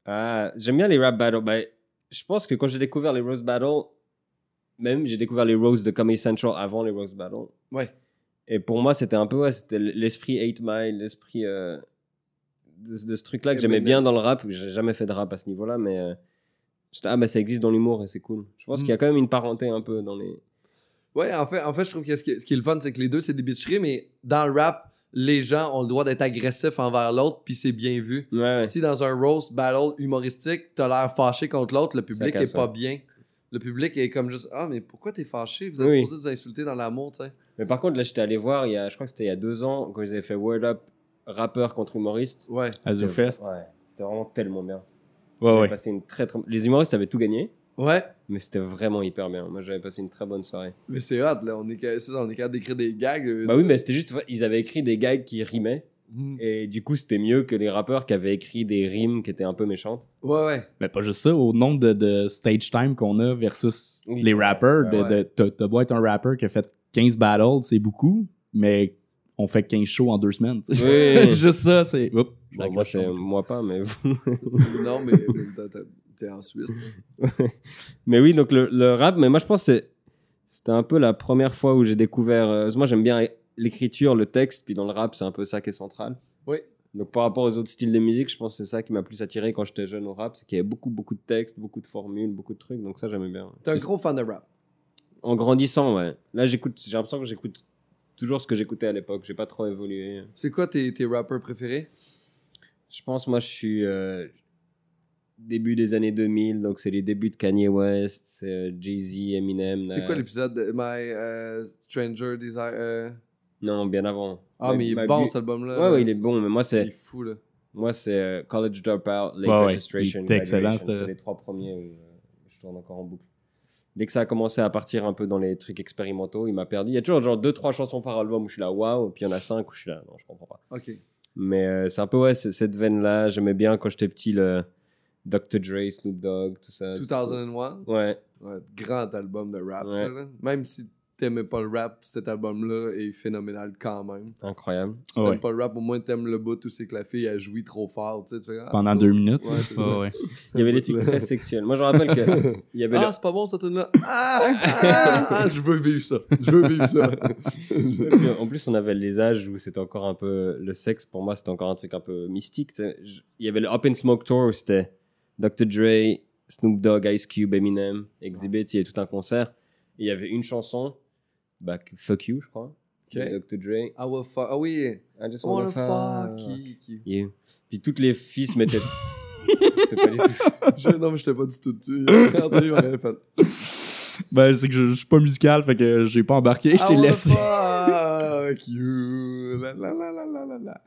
Ah, j'aime bien les rap battles. Ben, je pense que quand j'ai découvert les Rose Battles, même j'ai découvert les Rose de Comedy Central avant les Rose Battles. Ouais. Et pour moi, c'était un peu ouais, c'était l'esprit 8 Mile, l'esprit euh, de, de ce truc-là que Et j'aimais maintenant- bien dans le rap. J'ai jamais fait de rap à ce niveau-là, mais euh, j'étais, ah, ben ça existe dans l'humour et c'est cool. Je pense Mm. qu'il y a quand même une parenté un peu dans les. Ouais, en fait, en fait, je trouve que ce qui est, ce qui est le fun, c'est que les deux, c'est des bitcheries, mais dans le rap, les gens ont le droit d'être agressifs envers l'autre, puis c'est bien vu. Ouais, ouais. Si dans un roast battle humoristique, t'as l'air fâché contre l'autre, le public casse est pas ça. bien. Le public est comme juste Ah, mais pourquoi t'es fâché Vous êtes Oui. supposé nous insulter dans l'amour, tu sais. Mais par contre, là, j'étais allé voir, il y a, je crois que c'était il y a deux ans, quand ils avaient fait Word Up, rappeur contre humoriste. Ouais. À The C'était- Fest. Ouais, c'était vraiment tellement bien. Ouais, J'avais ouais. passé une très, très- Les humoristes avaient tout gagné. Ouais. Mais c'était vraiment hyper bien. Moi, j'avais passé une très bonne soirée. Mais c'est hot, là. On est, ca- c'est ça, on est capable d'écrire des gags. euh, Bah oui, mais c'était juste, ils avaient écrit des gags qui rimaient. Mm. Et du coup, c'était mieux que les rappeurs qui avaient écrit des rimes qui étaient un peu méchantes. Ouais, ouais. Mais pas juste ça, au nombre de, de stage time qu'on a versus Oui, Ben les c'est vrai. rappers, ben de- Ouais, ouais. de- t'as t'as beau être un rapper qui a fait 15 battles, c'est beaucoup, mais on fait 15 shows en deux semaines. tu sais. Oui. juste ça, (laughs) c'est. Oups, (laughs) je Bon, claque moi, la c'est chambre. moi pas, mais vous. non, mais, mais t'as- t'as- t'es en Suisse. toi. Mais oui, donc le, le rap, mais moi, je pense que c'est- c'était un peu la première fois où j'ai découvert. euh, parce que moi, j'aime bien l'écriture, le texte, puis dans le rap, c'est un peu ça qui est central. Oui. Donc par rapport aux autres styles de musique, je pense que c'est ça qui m'a plus attiré quand j'étais jeune au rap, c'est qu'il y avait beaucoup, beaucoup de textes, beaucoup de formules, beaucoup de trucs. Donc ça, j'aimais bien. T'es un Et gros fan de rap. En grandissant, ouais. Là, j'écoute, j'ai l'impression que j'écoute toujours ce que j'écoutais à l'époque. J'ai pas trop évolué. C'est quoi tes, tes rappeurs préférés Je pense, moi, je suis euh, début des années 2000, donc c'est les débuts de Kanye West, c'est, euh, Jay-Z, Eminem. C'est quoi Nas. l'épisode de My euh, Stranger Desire euh, Non, bien avant. Ah, mais, il ma est bon bu- cet album-là. Ouais, ouais, il est bon, mais moi, il est c'est fou, là. moi c'est euh, College Dropout, Late Ouais, ouais, Registration. il était excellent, Graduation. c'était- C'est les trois premiers où euh, je tourne encore en boucle. Dès que ça a commencé à partir un peu dans les trucs expérimentaux, il m'a perdu. Il y a toujours genre deux, trois chansons par album où je suis là, waouh, puis il y en a cinq où je suis là, non, je comprends pas. Ok. Mais euh, c'est un peu, ouais, c- cette veine-là. J'aimais bien quand j'étais petit le Dr. Dre, Snoop Dogg, tout ça. 2001. Ouais, Ouais, grand album de rap, Ouais. ça, là. Même si t'aimais pas le rap, cet album-là est phénoménal quand même. incroyable. Si Ah Ouais. t'aimes pas le rap, au moins t'aimes le bout où c'est que la fille a joui trop fort, tu sais. tu fais, ah, Pendant cool. deux minutes. Ah Ouais, c'est Ouais, ça. ouais. Il y avait des C'est trucs un très bout, sexuels. Moi, je me rappelle que (laughs) là. il y avait Ah, c'est pas bon cette tune là Ah, ah, ah, je veux vivre ça. Je veux vivre ça. le- Puis, En plus, on avait les âges où c'était encore un peu. Le sexe, pour moi, c'était encore un truc un peu mystique. tu sais. Je- Il y avait le Up and Smoke Tour où c'était Dr. Dre, Snoop Dogg, Ice Cube, Eminem, Exhibit. Il y avait tout un concert. Et il y avait une chanson, bah, Fuck You, je crois. Ok. de Dr. Dre. Ah, ouais, fa- ah oui. I just What wanna the fuck fuck? Qui, qui... you. Puis toutes les filles se (laughs) mettaient. C'était pas du tout ça. Je- non, mais j'étais pas du tout (laughs) dessus. Anthony m'aurait fait. (laughs) Ben, c'est que je, je suis pas musical, fait que j'ai pas embarqué, (laughs) je I Ah, t'ai wanna laissé. Ah, Fuck you. La, la, la, la, la, la, la.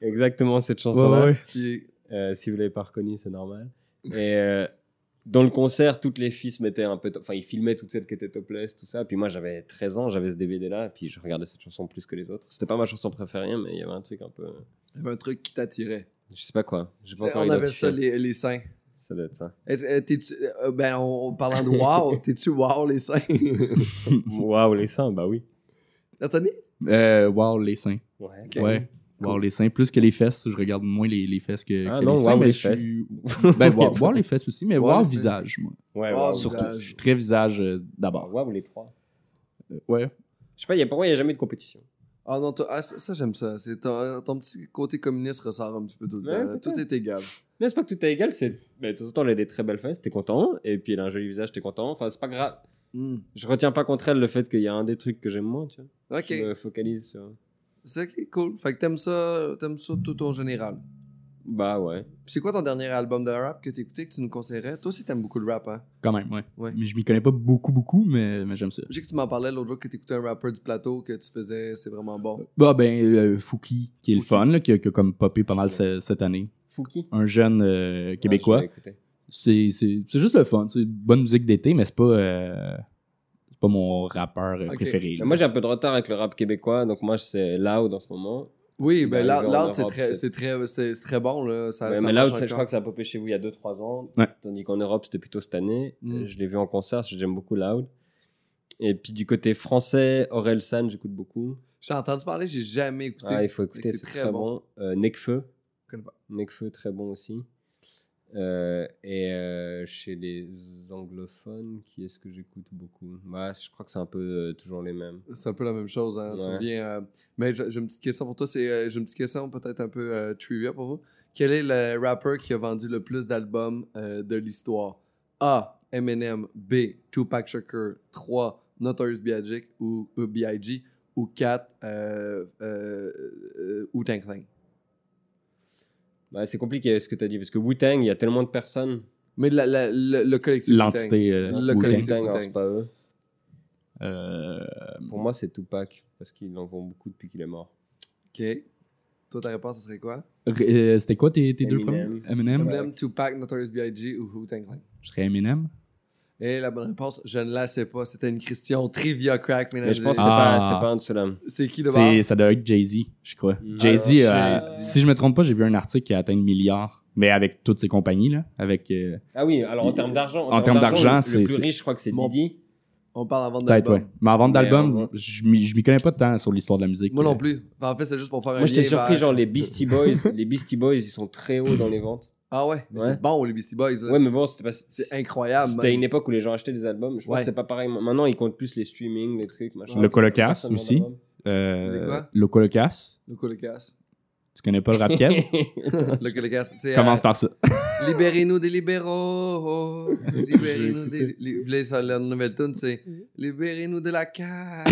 Exactement cette Ouais, chanson-là. ouais. Puis, Euh, si vous l'avez pas reconnu, c'est normal. Et euh, dans le concert, toutes les filles se mettaient un peu. to- Enfin, ils filmaient toutes celles qui étaient topless, tout ça. Puis moi, j'avais 13 ans, j'avais ce DVD-là. Puis je regardais cette chanson plus que les autres. C'était pas ma chanson préférée, mais il y avait un truc un peu. il y avait un truc qui t'attirait. Je sais pas quoi. J'ai pas C'est- encore On appelle identifié. ça les, les seins. Ça doit être ça. Est-ce- euh, t'es-tu- euh, ben, en en parlant de wow, (laughs) t'es-tu wow les (laughs) seins? (laughs) Waouh, les seins, bah oui. Anthony? Euh, wow, les seins. Ouais. (laughs) Ok. Ouais. Cool. Wow, les seins, plus que les fesses. Je regarde moins les, les fesses que, Ah que non, les seins. wow, mais les je suis- Bah, (laughs) ben, wow, wow, les fesses aussi, mais Wow, wow, les fesses. visage, moi. Ouais, Wow, waouh. Surtout, Visage. je suis très visage euh, d'abord. Waouh, les trois. Euh, Ouais. Je sais pas, y a, pour moi, il n'y a jamais de compétition. Ah non, toi- ah, ça, ça, j'aime ça. C'est ton, ton petit côté communiste ressort un petit peu tout le Ouais, temps, là. peut-être. Tout est égal. Mais c'est pas que tout est égal, c'est. Mais de temps en temps, elle a des très belles fesses, t'es content. Et puis elle a un joli visage, t'es content. Enfin, c'est pas grave. Hmm. Je retiens pas contre elle le fait qu'il y a un des trucs que j'aime moins, tu vois. Ok, Je me focalise sur. c'est ok, cool. Fait que t'aimes ça, t'aimes ça tout en général. Bah ouais. Puis c'est quoi ton dernier album de rap que t'as écouté, que tu nous conseillerais? Toi aussi, t'aimes beaucoup le rap, hein? Quand même, ouais. Ouais. Mais je m'y connais pas beaucoup, beaucoup, mais, mais j'aime ça. Je sais que tu m'en parlais l'autre jour que t'écoutais un rappeur du plateau que tu faisais, c'est vraiment bon. Bah, ben, euh, Fouki, qui est le Fouki. fun, là, qui, a, qui a comme popé pas mal ce- cette année. Fouki. Un jeune euh, Ah, québécois. c'est c'est- c'est juste le fun. C'est une bonne musique d'été, mais c'est pas, euh, c'est pas mon rappeur euh, Ok. préféré. moi, j'ai un peu de retard avec le rap québécois, donc moi, c'est Loud en ce moment. Oui, Ben, ben Loud, en Loud, c'est Europe, très, c'est- c'est très, c'est c'est très bon, là. Ça, Ouais, ça mais marche Loud, ça, je encore. crois que ça a popé chez vous il y a 2-3 ans. Ouais. Tandis qu'en Europe, c'était plutôt cette année. Mm. Euh, Je l'ai vu en concert, j'aime beaucoup Loud. Et puis du côté français, Aurel San, j'écoute beaucoup. J'ai entendu parler, j'ai jamais écouté. Ah, il faut écouter, c'est c'est très très, bon. Euh, Necfeu. connais pas. Necfeu, très bon aussi. Euh, et euh, chez les anglophones, qui est-ce que j'écoute beaucoup bah, Je crois que c'est un peu euh, toujours les mêmes. C'est un peu la même chose, hein. Tu Ouais. reviens, euh, Mais j'ai j'ai une petite question pour toi. C'est, euh, j'ai une petite question peut-être un peu euh, trivia pour vous. Quel est le rappeur qui a vendu le plus d'albums euh, de l'histoire? A. Eminem. B. Tupac Shakur. 3. Notorious B.I.G. ou ou B.I.G. Ou 4. Euh, euh, euh, Wu-Tang Clan. Bah, c'est compliqué ce que tu as dit, parce que Wu-Tang, il y a tellement de personnes. Mais la- la- le, le collectif. Wu-Tang. L'entité. euh, Le Wu-Tang. collectif. Wu-Tang, alors, Wu-Tang. Mm. c'est pas eux. Euh, Pour moi, c'est Tupac, parce qu'ils en vont beaucoup depuis qu'il est mort. Ok. Toi, ta réponse, ce serait quoi? ré- euh, C'était quoi tes, tes deux Eminem. premiers Eminem. Eminem, Tupac, Notorious B.I.G. ou Wu-Tang Clan? Je serais Eminem. Et la bonne réponse, je ne la sais pas. C'était une question trivia crack, mesdames Mais je pense que et c'est messieurs. pas, Ah. c'est pas un de ceux-là. C'est qui de C'est- bord? Ça doit être Jay-Z, je crois. Mm. Jay-Z, Ah, euh, Jay-Z. si je me trompe pas, j'ai vu un article qui a atteint le milliard, mais avec toutes ses compagnies, là. Avec. euh, Ah oui, alors en termes d'argent, En termes d'argent, le c'est- plus c'est- riche, je crois que c'est Mon- Didi. On parle avant de Peut-être, ouais. Mais en vente Mais en d'album, vente. je m'y je m'y connais pas tant sur l'histoire de la musique. Moi euh. non plus. En fait, c'est juste pour faire un Moi, j'étais lien surpris, vers- genre les Beastie Boys, les Beastie Boys, ils sont très hauts dans les ventes. Ah ouais? Mais Ouais. c'est bon, les Beastie Boys. là. Ouais, mais bon, c'était pas. C'est incroyable. C'était man. une époque où les gens achetaient des albums. Je pense Ouais. que c'est pas pareil. Maintenant, ils comptent plus les streamings, les trucs, machin. Le Colocasse Personne aussi. vend Euh, C'est quoi? le Colocasse. Le Colocasse. Tu connais pas le rap d'album. (laughs) (laughs) (laughs) Kev? Le Colocasse. C'est. Commence euh, par ça. Libérez-nous des libéraux. Libérez-nous Je l'ai des. li- li- ça, La nouvelle tune, c'est. Mm-hmm. Libérez-nous de la CAQ.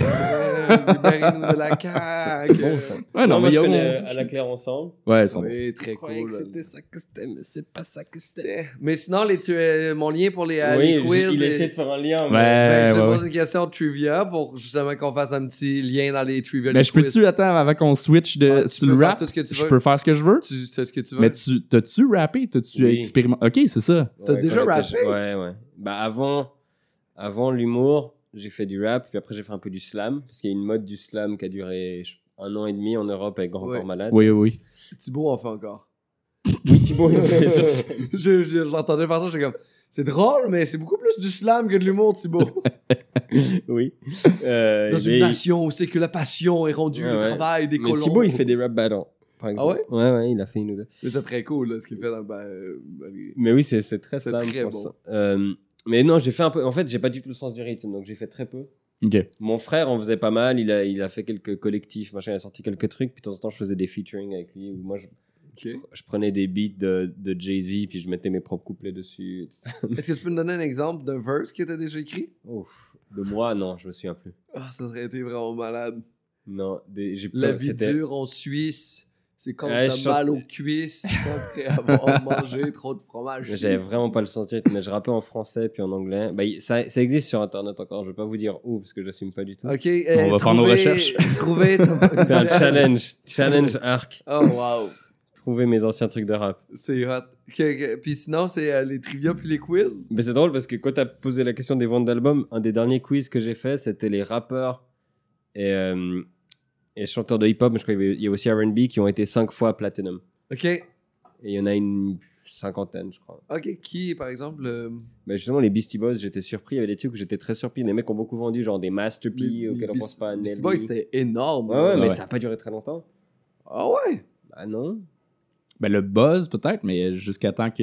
Libérez-nous de la (laughs) CAQ. C'est bon, ça. Ouais, non, moi, mais il y je a connais euh, à la claire ensemble. Ouais, ils sont bons. Oui, très cool. ça que c'était, mais c'est pas ça que c'était. Mais sinon, les, tu- euh, mon lien pour les, euh, Oui, les quiz. je- il et- essaie de faire un lien. Ouais. Ben, je te ouais, pose une question de trivia pour justement qu'on fasse un petit lien dans les trivia. Ben, Mais les je quiz. peux-tu, attends, avant qu'on switch de, Ah, tu sur peux le faire rap, tout ce que tu je veux. peux faire ce que je veux? Tu tu fais ce que tu veux. Mais tu, t'as-tu rappé? T'as-tu Oui. expérimenté? Ok, c'est ça. mais- T'as Ouais, déjà quand j'étais- Ouais, ouais. Bah, avant, avant l'humour, j'ai fait du rap, puis après, j'ai fait un peu du slam, parce qu'il y a une mode du slam qui a duré je- un an et demi en Europe avec Grand Ouais. Corps Malade. Oui, oui. Thibaut en fait encore. (laughs) Oui, Thibaut, il fait sur scène. je je- je l'entendais faire ça, j'étais comme. C'est drôle, mais c'est beaucoup plus du slam que de l'humour, (laughs) Thibaut. Oui. Euh, Dans il est- une nation où c'est que la passion est rendue Ouais, le ouais. travail des Mais colons. Thibaut, il fait des rap battles, Ah par exemple. ouais Ouais, il a fait une ou deux. Mais c'est très cool, là, ce qu'il fait dans. Ben, euh, les- Mais oui, c'est c'est très C'est slam. très je pense. bon. Euh, mais non, j'ai fait un peu. En fait, j'ai pas du tout le sens du rythme, donc j'ai fait très peu. Ok. Mon frère en faisait pas mal. Il a, il a fait quelques collectifs, machin. Il a sorti quelques trucs. Puis de temps en temps, je faisais des featuring avec lui. Ou moi, je, ok. je prenais des beats de, de Jay-Z, puis je mettais mes propres couplets dessus. et tout ça. (laughs) Est-ce que tu peux me donner un exemple d'un verse que t'as déjà écrit Ouf. De moi, non, je me souviens plus. Ah, ça aurait été vraiment malade. Non, des- j'ai La pas- vie Euh, c'était- dure en Suisse, c'est quand Ouais, t'as je mal chante- aux cuisses, après avoir mangé trop de fromage. Mais J'avais vraiment pas le senti, mais je rappais en français puis en anglais. Bah, y- ça, ça existe sur internet encore, je vais pas vous dire où parce que j'assume pas du tout. Ok, eh, On va faire nos trouvez- (laughs) recherches. trouvez ton- (laughs) C'est un challenge, challenge arc. Oh wow, Trouver mes anciens trucs de rap. c'est hot. Ok, ok. Puis sinon, c'est euh, les trivia puis les quiz. Mais c'est drôle parce que quand t'as posé la question des ventes d'albums, un des derniers quiz que j'ai fait, c'était les rappeurs et, euh, et chanteurs de hip-hop, mais je crois qu'il y avait- il y a aussi R&B qui ont été cinq fois platinum. Ok, Et il y en a une cinquantaine, je crois. ok, qui par exemple euh, Mais justement, les Beastie Boys, j'étais surpris. Il y avait des trucs où j'étais très surpris. Les mecs ont beaucoup vendu, genre des les- masterpieces les auxquels on Beast- pense pas. Beastie Nelly. Boys, c'était Ah énorme. Ouais, ouais, mais Ouais. ça a pas duré très longtemps. Ah ouais? Bah non. Ben, le buzz, peut-être, mais jusqu'à temps que-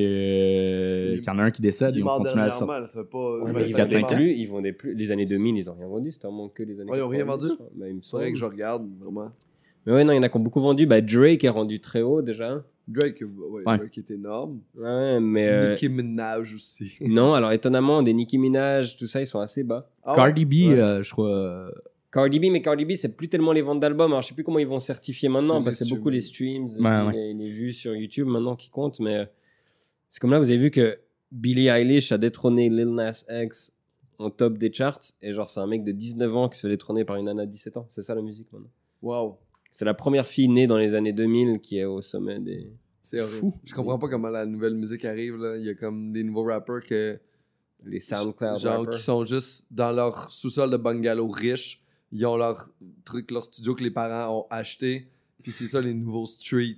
Il- qu'il y en a un qui décède, Il est ils ont mort continué à sortir. dernièrement, là, ça fait pas. Ouais, ça mais fait ils pas vendaient vingt-cinq longtemps. ans. plus, ils vendaient plus. Les années 2000, ils ont rien vendu. C'était vraiment que les années Ouais, ils ont rien 90, vendu. je crois. Bah, il me semble. Faudrait que je regarde vraiment. Mais ouais, non, il y en a qui ont beaucoup vendu. Bah, Drake est rendu très haut déjà. Drake, ouais, Ouais. Drake est énorme. Ouais, mais. euh, Nicki Minaj aussi. (laughs) non, alors étonnamment, des Nicki Minaj, tout ça, ils sont assez bas. Ah ouais? Cardi B, Ouais. euh, je crois. euh, Cardi B, mais Cardi B, c'est plus tellement les ventes d'albums. Alors, je sais plus comment ils vont certifier maintenant, C'est parce que les c'est beaucoup les streams. streams, et Ouais, puis Les, les vues sur YouTube maintenant qui comptent. Mais euh, c'est comme là, vous avez vu que Billie Eilish a détrôné Lil Nas X en top des charts. Et genre, c'est un mec de 19 ans qui se fait détrôner par une nana de 17 ans. C'est ça la musique maintenant. Wow. C'est la première fille née dans les années 2000 qui est au sommet des. C'est horrible. Fou. Je comprends pas comment la nouvelle musique arrive. Là. Il y a comme des nouveaux rappers que, Les SoundCloud. genre, rappers. qui sont juste dans leur sous-sol de bungalow riche. Ils ont leur truc, leur studio que les parents ont acheté. Puis c'est ça les nouveaux street.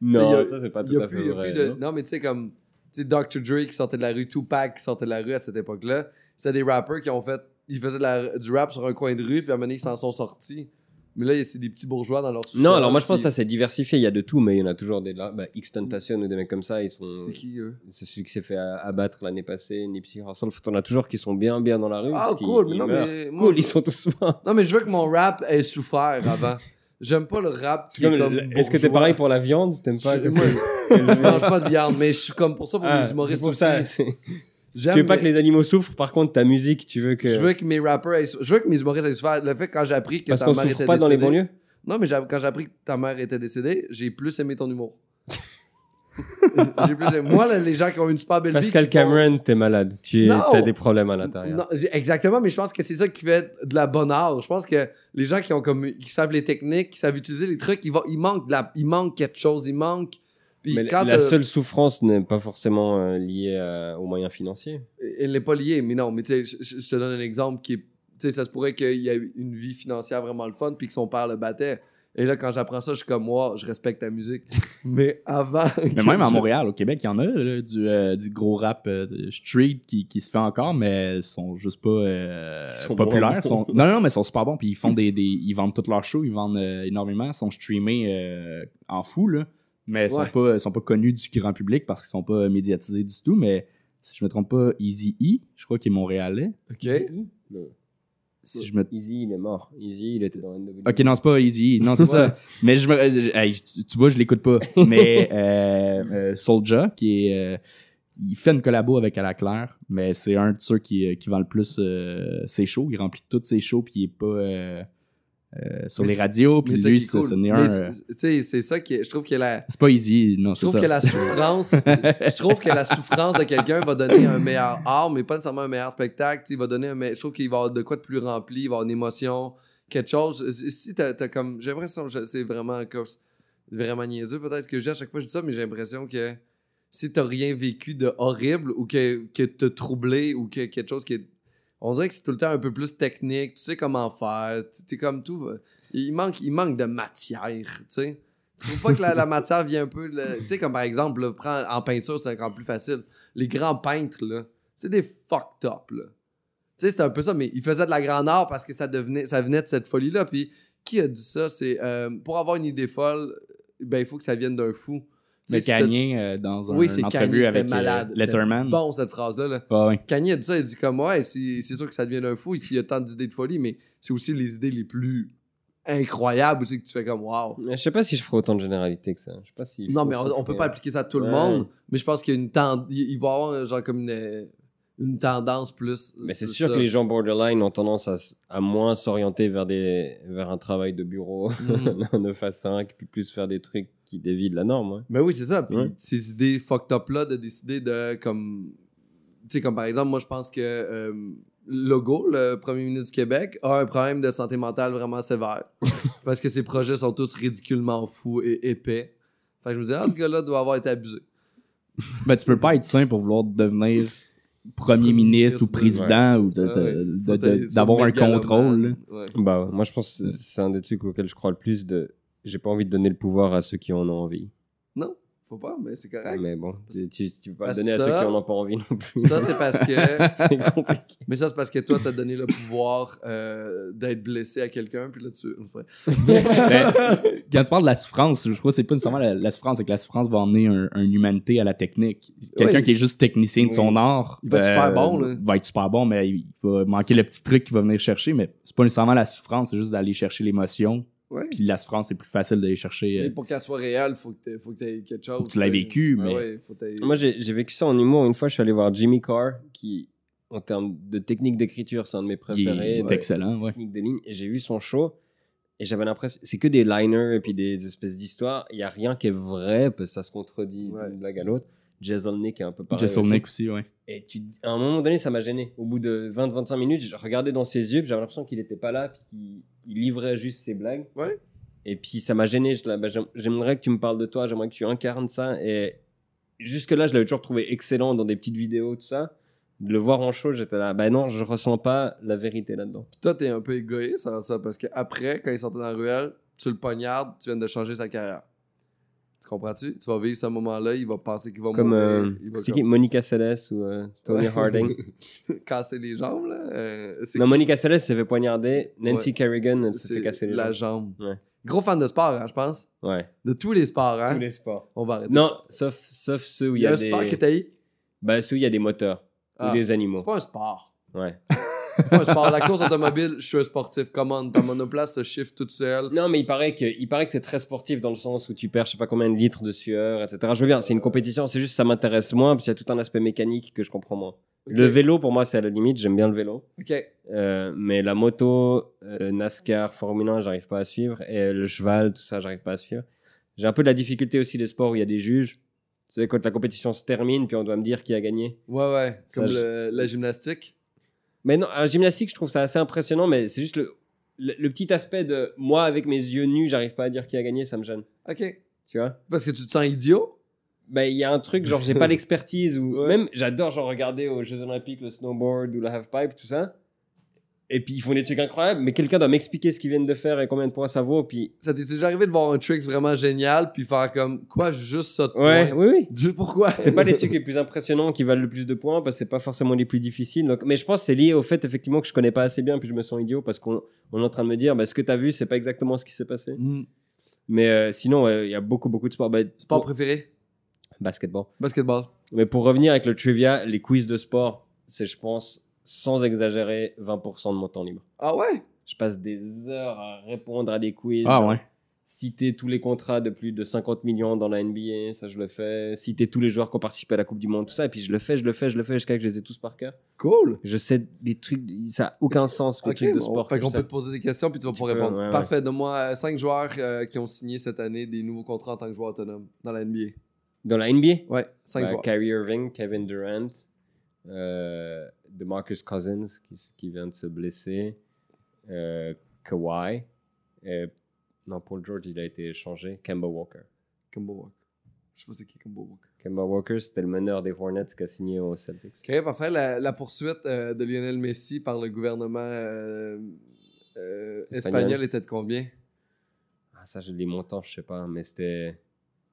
Non, Tu sais, il y a- ça, c'est pas Il y tout a à plus- il fait y a vrai. plus de- non Non, mais tu sais, comme tu sais, Dr. Dre qui sortait de la rue, Tupac qui sortait de la rue à cette époque-là, c'était des rappers qui ont fait. Ils faisaient de la- du rap sur un coin de rue, puis à un moment donné, ils s'en sont sortis. Mais là, il y a- c'est des petits bourgeois dans leur sous-sol. Non, alors moi je pense que ça puis- s'est diversifié, il y a de tout, mais il y en a toujours des là. Bah, X-Tentation ou des mecs comme ça, ils sont. C'est qui eux C'est celui qui s'est fait a- abattre l'année passée, Nipsey Hussle. T'en as toujours qui sont bien, bien dans la rue. Ah, parce qu'ils- cool, mais ils non, meurent. mais. moi, Cool, je- ils sont tous morts. Non, mais je veux que mon rap ait souffert avant. J'aime pas le rap qui C'est comme est comme. le- Est-ce que t'es bourgeois. pareil pour la viande T'aimes pas Je- que moi, c'est- je mange pas de viande, mais je suis comme pour ça pour Ah, les humoristes c'est pour aussi. ça, c'est- J'aime Tu veux pas mais- que les animaux souffrent, par contre, ta musique, tu veux que. Je veux que mes rappers aient sou- Je veux que mes humoristes aient souffert. Le fait que quand j'ai appris que Parce ta qu'on mère souffre était pas dans les décédée- banlieues Non, mais j'ai- quand j'ai appris que ta mère était décédée, j'ai plus aimé (laughs) ton humour. j'ai plus aimé. Moi, là, les gens qui ont une super belle vie. Pascal qui font- Cameron, t'es malade. Tu es- Non. t'as des problèmes à l'intérieur. Non, j'ai- exactement, mais je pense que c'est ça qui fait de la bonne art. Je pense que les gens qui ont comme qui savent les techniques, qui savent utiliser les trucs, ils vont, ils manquent de la, ils manquent quelque chose, ils manquent. Puis Mais quand la euh, seule souffrance n'est pas forcément euh, liée à- aux moyens financiers. elle n'est pas liée, mais non, mais tu sais, je- je je te donne un exemple qui est, tu sais, ça se pourrait qu'il y ait une vie financière vraiment le fun, puis que son père le battait. Et là, quand j'apprends ça, je suis comme moi, je respecte ta (laughs) musique. Mais avant, Mais même à Montréal, au Québec, il y en a là, du, euh, du gros rap euh, de street qui, qui se fait encore, mais ils sont juste pas euh, Ils sont populaires. bons. Sont- Non, non, mais ils sont super bons. Puis ils (laughs) font des, des- ils vendent toutes leurs shows, ils vendent euh, énormément, ils sont streamés euh, en fou là. Mais ils Ouais. sont pas, ils sont pas connus du grand public parce qu'ils sont pas médiatisés du tout. Mais si je me trompe pas, Easy E, je crois qu'il est montréalais. Ok. Non. Si je me Easy, il est mort. Easy, il était dans NW. Ok, non, c'est pas Easy. Non, (laughs) c'est Ouais. ça. Mais je me. euh, je- hey, tu, tu vois, je (laughs) l'écoute pas. Mais euh, euh, Soulja, qui est. euh, il fait une collabo avec Ala Claire, mais c'est un de ceux qui, euh, qui vend le plus euh, ses shows. Il remplit toutes ses shows, puis il est pas euh, euh, sur Mais les c'est- radios. Mais Puis ça lui, qui est ça- cool. ça n'est Mais un. tu- euh, Tu sais, c'est ça qui est- je trouve que la, c'est pas Easy. Non, je c'est trouve ça. que la (laughs) souffrance, je trouve que la (laughs) souffrance de quelqu'un va donner un meilleur art, mais pas nécessairement un meilleur spectacle. Tu sais, Il va donner un me- je trouve qu'il va avoir de quoi de plus rempli, il va avoir une émotion, quelque chose. Si t'as, t'as comme, j'ai l'impression, que c'est vraiment comme- vraiment niaiseux peut-être que j'ai à chaque fois je dis ça, mais j'ai l'impression que si t'as rien vécu de horrible ou que, que t'as troublé ou que quelque chose qui est on dirait que c'est tout le temps un peu plus technique, tu sais comment faire, tu- t'es comme tout. va- Il manque, il manque de matière, tu sais. Tu trouves pas que la, la matière vient un peu. là, Tu sais, comme par exemple, là, prends- en peinture, c'est encore plus facile. Les grands peintres, là, c'est des fucked up, là. Tu sais, c'est un peu ça, mais ils faisaient de la grande art parce que ça, devenait, ça venait de cette folie-là. Puis qui a dit ça? C'est euh, pour avoir une idée folle, ben, il faut que ça vienne d'un fou. Tu Mais sais, si t'as- Kanye, euh, dans un Oui, c'est Kanye, entrevue c'était avec euh, malade. C'était Letterman. Bon, cette phrase-là, là. Ah ouais. Kanye a dit ça, il dit comme ouais, c'est c'est sûr que ça devient d'un fou s'il y a tant d'idées de folie, mais c'est aussi les idées les plus incroyables aussi que tu fais comme waouh. Mais Je sais pas si je ferai autant de généralité que ça. Je sais pas si. Non, mais on, on peut pas appliquer ça à tout le Ouais. monde, mais je pense qu'il y a une tendance. Il, il va y avoir genre comme une. euh, une tendance plus. Mais c'est plus sûr ça. que (laughs) les gens borderline ont tendance à, s- à moins s'orienter vers, des, vers un travail de bureau (laughs) Mhm. en 9 à 5, puis plus faire des trucs qui dévient de la norme. hein. Mais oui, c'est ça. Puis Ouais. ces idées fucked up là de décider de comme tu sais comme par exemple, moi je pense que euh, Legault, le premier ministre du Québec, a un problème de santé mentale (laughs) vraiment sévère parce que ses projets sont tous ridiculement fous et épais. Fait que je me disais ah ce gars-là doit avoir été abusé. Ben, tu peux pas être sain pour vouloir devenir premier Premier ministre ministre, ou président ou de- Ah ouais. de- de- Faut de- être- d'avoir un mégalomane. contrôle. là. Ouais. Bah, ouais. moi, je pense que c'est- c'est un des trucs auxquels je crois le plus de. J'ai pas envie de donner le pouvoir à ceux qui en ont envie. Non, faut pas, mais c'est correct. Mais bon, tu, tu, tu peux pas le Parce donner à ça- ceux qui en ont pas envie non plus. Ça c'est parce que (laughs) c'est compliqué. Mais ça, c'est parce que toi, t'as donné le pouvoir euh, d'être blessé à quelqu'un, puis là, tu. c'est vrai. (laughs) Ben, quand tu parles de la souffrance, je crois que c'est pas nécessairement la, la souffrance, c'est que la souffrance va emmener un, un humanité à la technique. Quelqu'un Oui. qui est juste technicien de Oui. son art euh, Il va être super bon, là. va être super bon, mais il va manquer le petit truc qu'il va venir chercher. Mais c'est pas nécessairement la souffrance, c'est juste d'aller chercher l'émotion. Ouais. Puis la souffrance, c'est plus facile d'aller chercher. euh, Mais pour qu'elle soit réelle, faut que t'aies- faut que t'aies quelque chose. Faut que tu l'aies t'sais. vécu, Ah mais- ouais, faut que t'aies- Moi, j'ai j'ai vécu ça en humour. Une fois, je suis allé voir Jimmy Carr, qui, en termes de technique d'écriture, c'est un de mes qui préférés. est Ouais. excellent, ouais. technique de ligne et j'ai vu son show et j'avais l'impression c'est que des liners et puis des espèces d'histoires il y a rien qui est vrai parce que ça se contredit Ouais. d'une blague à l'autre Jason Nick est un peu pareil Jason aussi. Nick aussi, ouais. et tu à un moment donné ça m'a gêné au bout de 20-25 minutes je regardais dans ses yeux puis j'avais l'impression qu'il n'était pas là puis qu'il il livrait juste ses blagues Ouais. et puis ça m'a gêné je l'ai- bah, j'aim- j'aimerais que tu me parles de toi j'aimerais que tu incarnes ça et jusque là je l'avais toujours trouvé excellent dans des petites vidéos tout ça de le voir en show j'étais là bah non je ressens pas la vérité là-dedans Puis toi, t'es un peu égoïste envers ça, parce qu'après, quand il sortait dans la ruelle, tu le poignardes, tu viens de changer sa carrière. Tu comprends-tu? Tu vas vivre ce moment-là, il va penser qu'il va Comme mourir. euh, il va c'est qui Monica Seles ou euh, Tony Ouais. Harding. casser les jambes, là. euh, (laughs) c'est non, qui? Monica Seles s'est fait poignarder. Nancy Ouais. Kerrigan elle s'est C'est fait casser les la jambes. jambe. Ouais. Gros fan de sport, hein, je pense. Ouais. De tous les sports, hein. Tous les sports. On va arrêter. Non, sauf, sauf ceux où il il y a, un des. sport que t'as eu. Bah, ceux où il y a des moteurs Ah. ou des C'est animaux. pas un sport. Ouais. C'est pas un sport. La course automobile, je suis un sportif. Commande, ta monoplace se chiffre toute seule. Non, mais il paraît que il paraît que c'est très sportif dans le sens où tu perds je sais pas combien de litres de sueur, etc. Je veux bien, c'est une compétition. C'est juste ça m'intéresse moins parce qu'il y a tout un aspect mécanique que je comprends moins. Ok. Le vélo pour moi c'est à la limite. J'aime bien le vélo. Ok. Euh, mais la moto, euh, NASCAR, Formule 1, j'arrive pas à suivre. Et le cheval, tout ça, j'arrive pas à suivre. J'ai un peu de la difficulté aussi des sports où il y a des juges. Tu sais, quand la compétition se termine, puis on doit me dire qui a gagné. Ouais, ouais. Ça, Comme je- le- la gymnastique. Mais non, à la gymnastique, je trouve ça assez impressionnant, mais c'est juste le, le, le petit aspect de moi, avec mes yeux nus, j'arrive pas à dire qui a gagné, ça me gêne. Ok. Tu vois Parce que tu te sens idiot. Ben, il y a un truc, genre, j'ai pas l'expertise, ou Ouais. même, j'adore, genre, regarder aux Jeux Olympiques le snowboard ou la halfpipe, tout ça. Et puis, ils font des trucs incroyables, mais quelqu'un doit m'expliquer ce qu'ils viennent de faire et combien de points ça vaut, puis Ça t'est déjà arrivé de voir un trick vraiment génial puis faire comme quoi juste ça de Ouais, point. oui, (laughs) oui. Je- Pourquoi C'est pas les trucs les plus impressionnants qui valent le plus de points parce que c'est pas forcément les plus difficiles. Donc, mais je pense que c'est lié au fait effectivement que je connais pas assez bien puis je me sens idiot parce qu'on on est en train de me dire bah, ce que t'as vu c'est pas exactement ce qui s'est passé. Hmm. Mais euh, sinon ouais, il y a beaucoup beaucoup de sports. Bah, Sport pour- préféré basketball. Basketball. Mais pour revenir avec le trivia, les quiz de sport, c'est je pense sans exagérer 20% de mon temps libre. Ah ouais Je passe des heures à répondre à des quiz. Ah ouais. Citer tous les contrats de plus de 50 millions dans la NBA, ça je le fais. Citer tous les joueurs qui ont participé à la Coupe du Monde, tout ça. Et puis je le fais, je le fais, je le fais jusqu'à que je les ai tous par cœur. Cool. Je sais des trucs, ça n'a aucun sens les Ok, trucs de bon, sport. fait que qu'on ça. peut te poser des questions puis tu vas Tu pouvoir peux, répondre. ouais, ouais. Parfait. Donne-moi euh, cinq joueurs euh, qui ont signé cette année des nouveaux contrats en tant que joueurs autonomes dans la NBA. Dans la NBA, Ouais, cinq bah, joueurs. Kyrie Irving, Kevin Durant, euh, DeMarcus Cousins qui, s- qui vient de se blesser, euh, Kawhi, euh, non Paul George il a été échangé, Kemba Walker. Kemba Walker. Je sais pas c'est qui Kemba Walker. Kemba Walker c'était le meneur des Hornets qui a signé aux Celtics. Ok, parfait. La, la poursuite euh, de Lionel Messi par le gouvernement euh, euh, Espagnol. espagnol. était de combien Ah, ça, j'ai les montants, je sais pas, mais c'était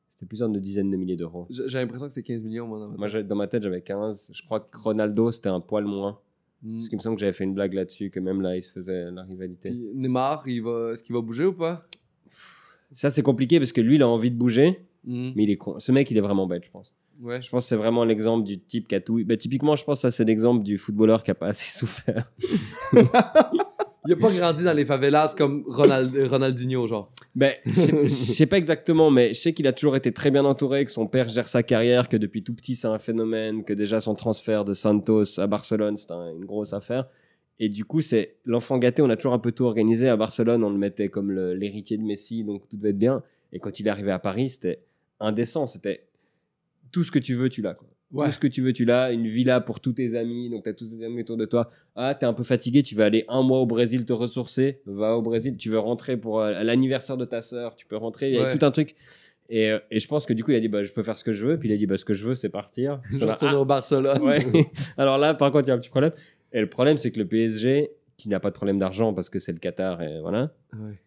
c'était plusieurs de dizaines de milliers d'euros. J- J'ai l'impression que c'était 15 millions, moi. Dans ma Moi, tête. j'avais- dans ma tête, j'avais 15. Je crois que Ronaldo, c'était un poil moins. Hmm. Parce qu'il me semble que j'avais fait une blague là-dessus, que même là, il se faisait la rivalité. Puis Neymar, il va, est-ce qu'il va bouger ou pas Ça, c'est compliqué parce que lui, il a envie de bouger, Hmm. mais il est con. Ce mec, il est vraiment bête, je pense. Ouais. Je pense que c'est vraiment l'exemple du type (laughs) qui a tout. Bah, typiquement, je pense que ça, c'est l'exemple du footballeur qui a pas assez souffert. Il a pas grandi dans les favelas comme Ronald- (laughs) Ronaldinho, genre. Ben, je sais- je sais pas exactement, mais je sais qu'il a toujours été très bien entouré, que son père gère sa carrière, que depuis tout petit c'est un phénomène, que déjà son transfert de Santos à Barcelone c'était un- une grosse affaire. Et du coup, c'est l'enfant gâté, on a toujours un peu tout organisé. À Barcelone, on le mettait comme le- l'héritier de Messi, donc tout devait être bien. Et quand il est arrivé à Paris, c'était indécent. C'était tout ce que tu veux, tu l'as. quoi. Ouais. Tout ce que tu veux, tu l'as. Une villa pour tous tes amis, donc tu as tous tes amis autour de toi. Ah, t'es un peu fatigué, tu vas aller un mois au Brésil te ressourcer. Va au Brésil, tu veux rentrer pour euh, l'anniversaire de ta sœur, tu peux rentrer. Il y a Ouais. tout un truc. Et, euh, et je pense que du coup, il a dit bah, Je peux faire ce que je veux. Puis il a dit bah, Ce que je veux, c'est (laughs) partir. Je Ça va- retourne Ah, au Barcelone. (laughs) Ouais. (laughs) Alors là, par contre, il y a un petit problème. Et le problème, c'est que le PSG, qui n'a pas de problème d'argent parce que c'est le Qatar, et voilà, Ouais.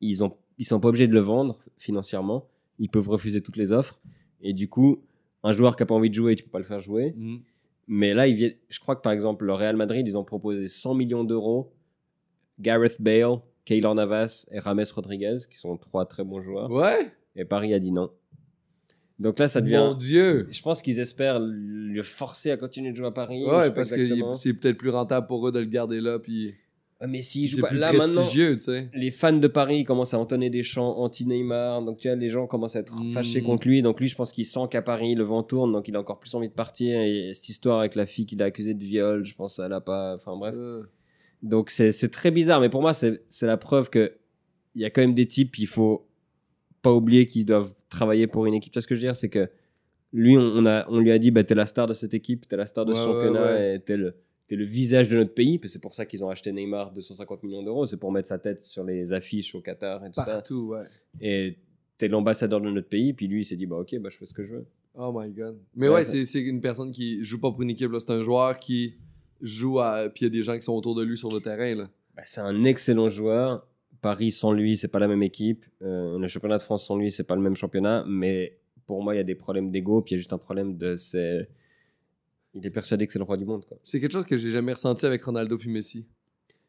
ils ont ils sont pas obligés de le vendre financièrement. Ils peuvent refuser toutes les offres. Et du coup, un joueur qui a pas envie de jouer, tu peux pas le faire jouer. Mm. Mais là, ils viennent- je crois que par exemple, le Real Madrid, ils ont proposé 100 millions d'euros. Gareth Bale, Keylor Navas et Rames Rodriguez, qui sont trois très bons joueurs. Ouais. Et Paris a dit non. Donc là, ça devient. Mon Dieu. Je pense qu'ils espèrent le forcer à continuer de jouer à Paris. je sais Ouais, pas parce exactement. que c'est peut-être plus rentable pour eux de le garder là, puis Ouais, Mais s'ils jouent c'est pas. plus Là, maintenant, prestigieux, tu sais. les fans de Paris commencent à entonner des chants anti-Neymar. Donc, tu vois, les gens commencent à être Mm. fâchés contre lui. Donc, lui, je pense qu'il sent qu'à Paris, le vent tourne. Donc, il a encore plus envie de partir. Et cette histoire avec la fille qu'il a accusée de viol, je pense, elle a pas. Enfin, bref. Euh, Donc c'est c'est très bizarre, mais pour moi, c'est c'est la preuve que il y a quand même des types, il faut pas oublier qu'ils doivent travailler pour une équipe. Tu vois ce que je veux dire C'est que lui, on, on a, on lui a dit, bah, t'es la star de cette équipe, t'es la star de ce Ouais, ouais, championnat, ouais. et t'es le, t'es le visage de notre pays. Parce que C'est pour ça qu'ils ont acheté Neymar 250 millions d'euros, c'est pour mettre sa tête sur les affiches au Qatar et tout ça. Partout, ouais. Et t'es l'ambassadeur de notre pays, puis lui, il s'est dit, bah ok, bah, je fais ce que je veux. Oh my god. Mais Ouais, ouais, ça- c'est c'est une personne qui joue pas pour une équipe, là. C'est un joueur qui joue à. Puis il y a des gens qui sont autour de lui sur le terrain, là. Bah, c'est un excellent joueur. Paris sans lui, c'est pas la même équipe. Euh, le championnat de France sans lui, c'est pas le même championnat. Mais pour moi, il y a des problèmes d'ego, puis il y a juste un problème de c'est. Il est persuadé que c'est le roi du monde. Quoi. C'est quelque chose que j'ai jamais ressenti avec Ronaldo puis Messi.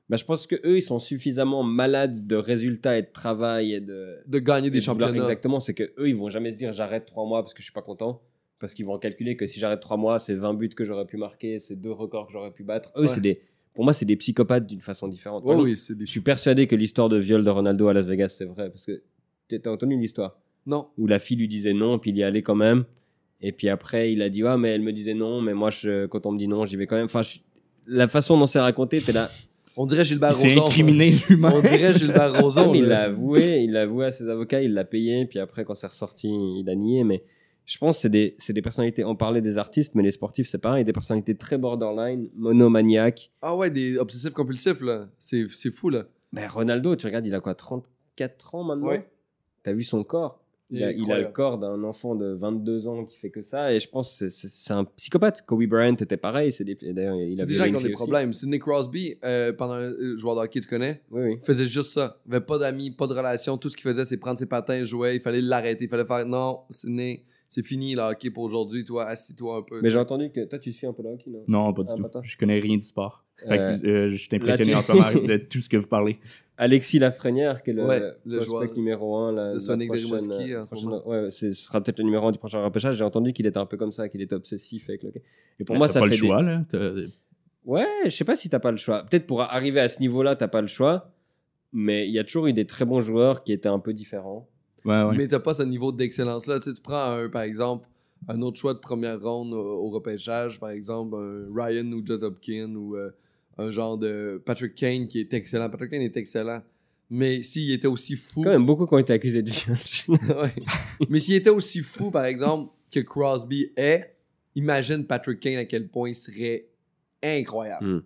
Bah, je pense que eux, ils sont suffisamment malades de résultats et de travail et de. De gagner des et de vouloir- championnats. Exactement, c'est que eux, ils vont jamais se dire j'arrête trois mois parce que je suis pas content. Parce qu'ils vont calculer que si j'arrête trois mois, c'est 20 buts que j'aurais pu marquer, c'est deux records que j'aurais pu battre. Eux, Ouais. c'est des. Pour moi, c'est des psychopathes d'une façon différente. Ouais, Moi, oui, c'est des. Je suis persuadé que l'histoire de viol de Ronaldo à Las Vegas, c'est vrai. Parce que t'as t'as entendu l'histoire Non. où la fille lui disait non, puis il y allait quand même. Et puis après, il a dit ouais, mais elle me disait non, mais moi, je, quand on me dit non, j'y vais quand même. Enfin, je- la façon dont c'est raconté, t'es là. On dirait Gilbert Il Rozon. s'est là. incriminé On lui-même. (laughs) dirait Gilbert Rozon. Comme il l'a là. avoué, il l'a avoué à ses avocats, il l'a payé. Puis après, quand c'est ressorti, il a nié. Mais je pense que c'est des, c'est des personnalités. On parlait des artistes, mais les sportifs, c'est pareil. Des personnalités très borderline, monomaniaques. Ah ouais, des obsessifs compulsifs, là. C'est c'est fou, là. Mais Ronaldo, tu regardes, il a quoi 34 ans maintenant Ouais. T'as vu son corps Il, Il a, il a est le incroyable. corps d'un enfant de 22 ans qui fait que ça. Et je pense que c'est- c'est c'est un psychopathe. Kobe Bryant était pareil. C'est des- et d'ailleurs, il a C'est des gens qui ont des problèmes. Sidney Crosby, euh, pendant un joueur de hockey, tu connais, Oui, oui. faisait juste ça. Il avait pas d'amis, pas de relations. Tout ce qu'il faisait, c'est prendre ses patins, jouer. Il fallait l'arrêter. Il fallait faire non, Sidney, c'est fini le hockey pour aujourd'hui. Toi, assis-toi un peu. Mais j'ai entendu que toi, tu suis un peu le hockey, non Non, pas du Ah, tout. pas tant. Je connais rien du sport. Fait que, euh, je suis là, impressionné tu- en plein de tout ce que vous parlez. Alexis Lafrenière, qui est le, Ouais, le prospect joueur numéro 1. La, de la Sonic prochaine, Derimoski, euh, en ce prochaine- moment. Ouais, c'est- ce sera peut-être le numéro 1 du prochain repêchage. J'ai entendu qu'il était un peu comme ça, qu'il était obsessif avec le hockey. Et pour Là, moi, t'as ça pas fait le des- choix, là. T'as- Ouais, je sais pas si t'as pas le choix. Peut-être pour arriver à ce niveau-là, t'as pas le choix. Mais il y a toujours eu des très bons joueurs qui étaient un peu différents. Ouais, ouais. Mais t'as pas ce niveau d'excellence-là. Tu sais, tu prends un, par exemple, un autre choix de première ronde au, au repêchage, par exemple, un Ryan ou Judd Hopkins ou euh, un genre de Patrick Kane qui est excellent. Patrick Kane est excellent. Mais s'il était aussi fou. Quand même beaucoup qui ont été accusés de viol. (laughs) (laughs) Ouais. Mais s'il était aussi fou, par exemple, que Crosby est, imagine Patrick Kane à quel point il serait incroyable. Hmm.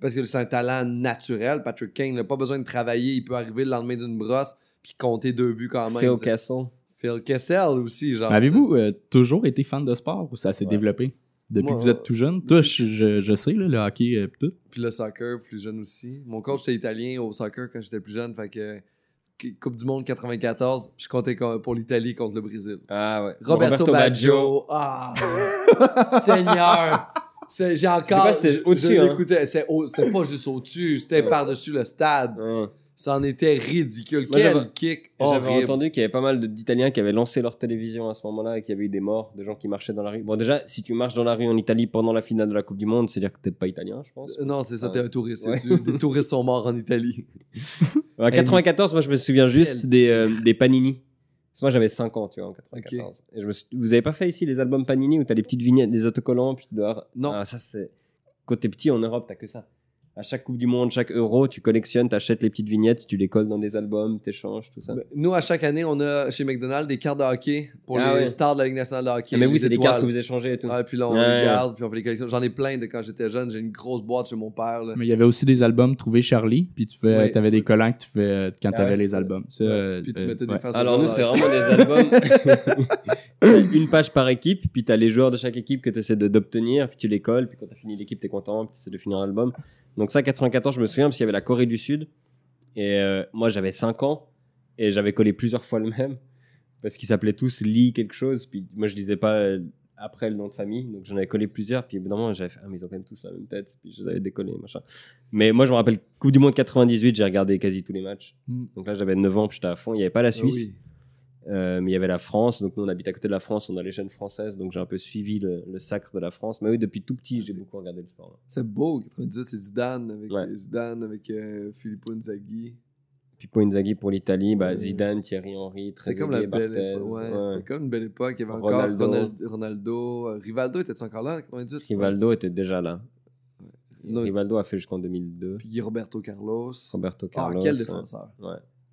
Parce que c'est un talent naturel. Patrick Kane n'a pas besoin de travailler. Il peut arriver le lendemain d'une brosse puis compter deux buts quand même. Phil tu sais. Castle. Phil Kessel aussi, genre. Avez-vous euh, toujours été fan de sport ou ça s'est Ouais. développé depuis Moi, que vous êtes tout jeune? Toi, je, je- je sais, là, le hockey, euh, pis tout. Puis le soccer, plus jeune aussi. Mon coach était italien au soccer quand j'étais plus jeune. Fait que Cou- Coupe du Monde 94, je comptais co- pour l'Italie contre le Brésil. Ah ouais. Roberto, Baggio. Ah! (laughs) Seigneur! C'est- J'ai encore. pas- c'était je- au-dessus, je hein. l'écoutais. C'est au- C'était pas juste au-dessus, c'était Ouais. par-dessus le stade. Baggio. Ouais. Ça en était ridicule. Moi, j'avais- Oh, Quel kick J'avais horrible. entendu qu'il y avait pas mal de- d'Italiens qui avaient lancé leur télévision à ce moment-là et qu'il y avait eu des morts, de gens qui marchaient dans la rue. Bon, déjà, si tu marches dans la rue en Italie pendant la finale de la Coupe du Monde, c'est-à-dire que t'es pas italien, je pense. Euh, Non, c'est ça, Ouais. t'es un touriste. Ah, Ouais. Tu- des touristes sont morts en Italie. En 94, moi, je me souviens juste Quel des, euh, des Panini. Parce que moi, j'avais 5 ans, tu vois, en 94. Et je me suis- Vous avez pas fait ici les albums Panini où t'as les petites vignettes, des autocollants, puis tu dois- Non. Ah, ça, c'est. Quand t'es petit en Europe, t'as que ça. À chaque Coupe du Monde, chaque Euro, tu collectionnes, t'achètes les petites vignettes, tu les colles dans des albums, t'échanges, tout ça. Ben, Nous, à chaque année, on a chez McDonald's des cartes de hockey pour Ah les ouais. stars de la Ligue nationale de hockey. Ah, mais oui, les c'est des étoiles. cartes que vous échangez et tout. Ah, puis là, on Ouais. les garde, puis on fait les collections. J'en ai plein de quand j'étais jeune. J'ai une grosse boîte chez mon père. là. Mais il y avait aussi des albums Trouver Charlie, puis tu pouvais, Ouais, t'avais tu des peux- collants que tu pouvais euh, quand Ah t'avais ouais, les ça- albums. Ça, euh, puis tu euh, mettais des ouais. faces Alors aux nous, gens. Ah, c'est vraiment des albums. T'as (laughs) une page par équipe, puis t'as les joueurs de chaque équipe que t'essaies de- d'obtenir, puis tu les colles, puis quand t'as fini l'équipe, t'es content, puis t'essaies de finir l'album. Donc ça, 94, je me souviens, parce qu'il y avait la Corée du Sud, et euh, moi j'avais 5 ans, et j'avais collé plusieurs fois le même, parce qu'ils s'appelaient tous Lee quelque chose, puis moi je lisais pas euh, après le nom de famille, donc j'en avais collé plusieurs, puis évidemment j'avais fait, ah mais ils ont quand même tous la même tête, puis je les avais décollés, machin. Mais moi je me rappelle, Coupe du Monde 98, j'ai regardé quasi tous les matchs. Mm. Donc là j'avais 9 ans, puis j'étais à fond, il n'y avait pas la Ah Suisse. oui. Euh, mais il y avait la France, donc nous on habite à côté de la France, on a les chaînes françaises, donc j'ai un peu suivi le, le sacre de la France. Mais oui, depuis tout petit, j'ai beaucoup regardé le sport. C'est beau, 98, c'est Zidane avec, Ouais. Zidane avec euh, Filippo Inzaghi. Puis Poinzaghi pour l'Italie, bah, Ouais. Zidane, Thierry Henry, C'est Trezeguet, comme la belle Barthez, époque. Ouais, ouais. C'était comme une belle époque. Il y avait encore Ronaldo. Ronaldo. Ronaldo. Euh, Rivaldo était encore là en 98? Rivaldo était déjà là. Non. Rivaldo a fait jusqu'en 2002. Puis Roberto Carlos. Roberto Ah, Carlos. quel ouais. défenseur. Ouais.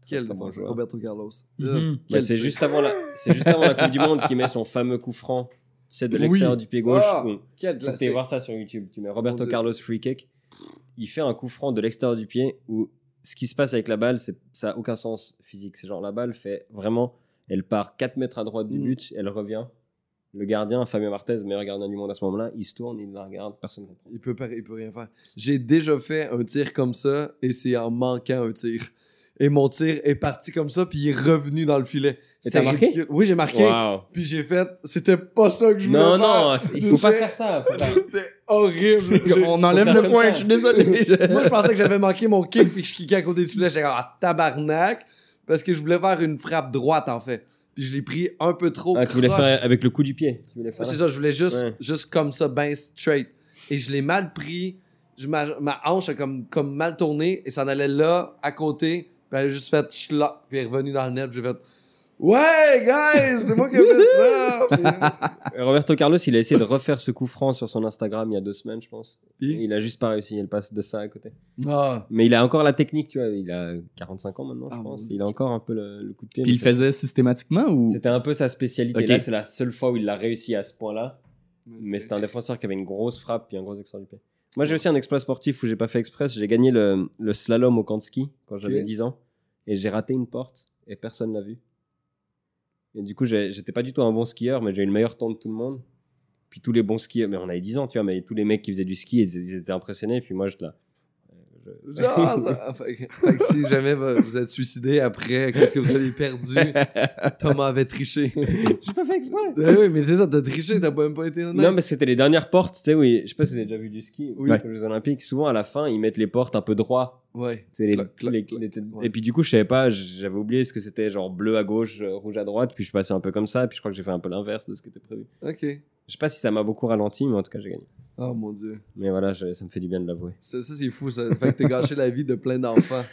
Quel très bon défenseur. joueur. Roberto Carlos. Mhm. Euh, Bah, quel c'est tir. juste avant la, c'est juste avant la Coupe du Monde qui met son fameux coup franc, tu sais, de Oui. l'extérieur du pied gauche. Ah. où- Quel Faut que t'ailles classique. voir ça sur YouTube. Tu mets Roberto Mon Dieu. Carlos free kick. Il fait un coup franc de l'extérieur du pied où ce qui se passe avec la balle, c'est- ça a aucun sens physique. C'est genre la balle fait vraiment, elle part 4 mètres à droite du Mm. but, elle revient. Le gardien, Fabien Martez, meilleur gardien du monde à ce moment-là, il se tourne, il la regarde, personne ne comprend. Il peut, pas- il peut rien faire. J'ai déjà fait un tir comme ça et c'est en manquant un tir. Et mon tir est parti comme ça puis il est revenu dans le filet. C'était t'as marqué? ridicule. Oui, j'ai marqué. Waouh. Puis j'ai fait, c'était pas ça que je voulais Non, non, faire. c'est- il faut J'ai pas fait- faire ça. faut pas- C'était (laughs) horrible. J'ai- (laughs) On enlève faire le comme point, ça. je suis désolé. Moi, je pensais que j'avais manqué mon kick puis que je kickais à côté du filet. J'étais comme, ah, tabarnak. Parce que je voulais faire une frappe droite, en fait. Puis je l'ai pris un peu trop Ah, tu voulais croche. faire avec le coup du pied. Tu voulais faire C'est ça, je voulais juste, Ouais. juste comme ça, ben straight. Et je l'ai mal pris. Je- ma, ma hanche a comme, comme mal tourné et ça en allait là, à côté. Puis elle a juste fait schla, puis elle est revenue dans le net. Puis j'ai fait Ouais, guys, c'est moi qui ai fait (laughs) ça. Puis- Et Roberto Carlos, il a essayé de refaire ce coup franc sur son Instagram il y a deux semaines, je pense. Et Puis, il a juste pas réussi. Il passe de ça à côté. ah, Mais il a encore la technique, tu vois. Il a 45 ans maintenant, je Ah, pense. mon Dieu. Il a encore un peu le, le coup de pied. Puis il mais le faisait systématiquement ou C'était un peu sa spécialité. Ok. Là, c'est la seule fois où il l'a réussi à ce point-là. Mais c'était c'était- un défenseur qui avait une grosse frappe puis un gros exploit du pied. Moi, j'ai aussi un exploit sportif où j'ai pas fait express. J'ai gagné le, le slalom au Kanski quand j'avais Ok. 10 ans. Et j'ai raté une porte et personne l'a vu. Et du coup, j'ai- j'étais pas du tout un bon skieur, mais j'ai eu le meilleur temps de tout le monde. Puis tous les bons skieurs, mais on avait 10 ans, tu vois, mais tous les mecs qui faisaient du ski, ils, ils étaient impressionnés. Puis moi, je là. je- (laughs) Genre, ça- fait que- fait que si jamais vous vous êtes suicidé après, qu'est-ce que vous avez perdu? (laughs) Thomas avait triché. J'ai pas fait exprès! Eh oui, mais c'est ça, t'as triché, t'as même pas été honnête. Non, mais c'était les dernières portes, tu sais, oui. Je sais pas si vous avez déjà vu du ski Oui. oui. aux Jeux Olympiques. Souvent, à la fin, ils mettent les portes un peu droit. Ouais. C'est les- Clac, clac, les- clac. les- Ouais. Et puis, du coup, je savais pas, j'avais oublié ce que c'était, genre bleu à gauche, euh, rouge à droite. Puis, je passais un peu comme ça. Puis, je crois que j'ai fait un peu l'inverse de ce qui était prévu. Ok. Je sais pas si ça m'a beaucoup ralenti, mais en tout cas, j'ai gagné. Oh mon dieu. Mais voilà, je- ça me fait du bien de l'avouer. Ça, ça, c'est fou, ça. Fait que t'as gâché la vie de plein d'enfants.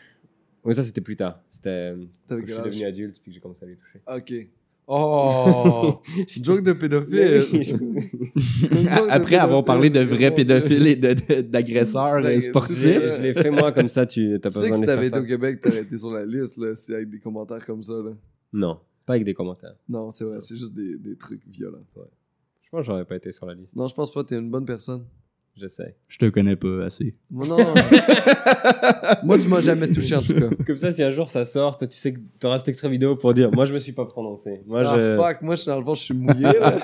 Oui, ça, c'était plus tard. C'était. euh, T'as quand je suis gâché. devenu adulte, puis que j'ai commencé à les toucher. Ok. Oh! C'est une (laughs) joke (laughs) de pédophile. Une joke de (laughs) après pédophile. avoir parlé de vrais Mon pédophiles Dieu. et de- de- d'agresseurs Ben, euh, tu je sportifs, l'ai- je l'ai fait moi comme ça, tu t'as Tu pas sais que besoin si de les faire t'avais été ça. au Québec, t'aurais été sur la liste, là, c'est avec des commentaires comme ça, là. Non, pas avec des commentaires. Non, c'est vrai, c'est juste des, des trucs violents. Je pense que j'aurais pas été sur la liste. Non, je pense pas, t'es une bonne personne. (laughs) J'essaie. je te connais pas assez. Moi, (laughs) non. Moi, tu m'as jamais touché, en tout cas. Comme ça, si un jour ça sort, toi, tu sais que t'auras cet extra vidéo pour dire Moi, je me suis pas prononcé. Moi, ah, je... fuck, moi, je suis dans le fond, je suis mouillé, (laughs) là.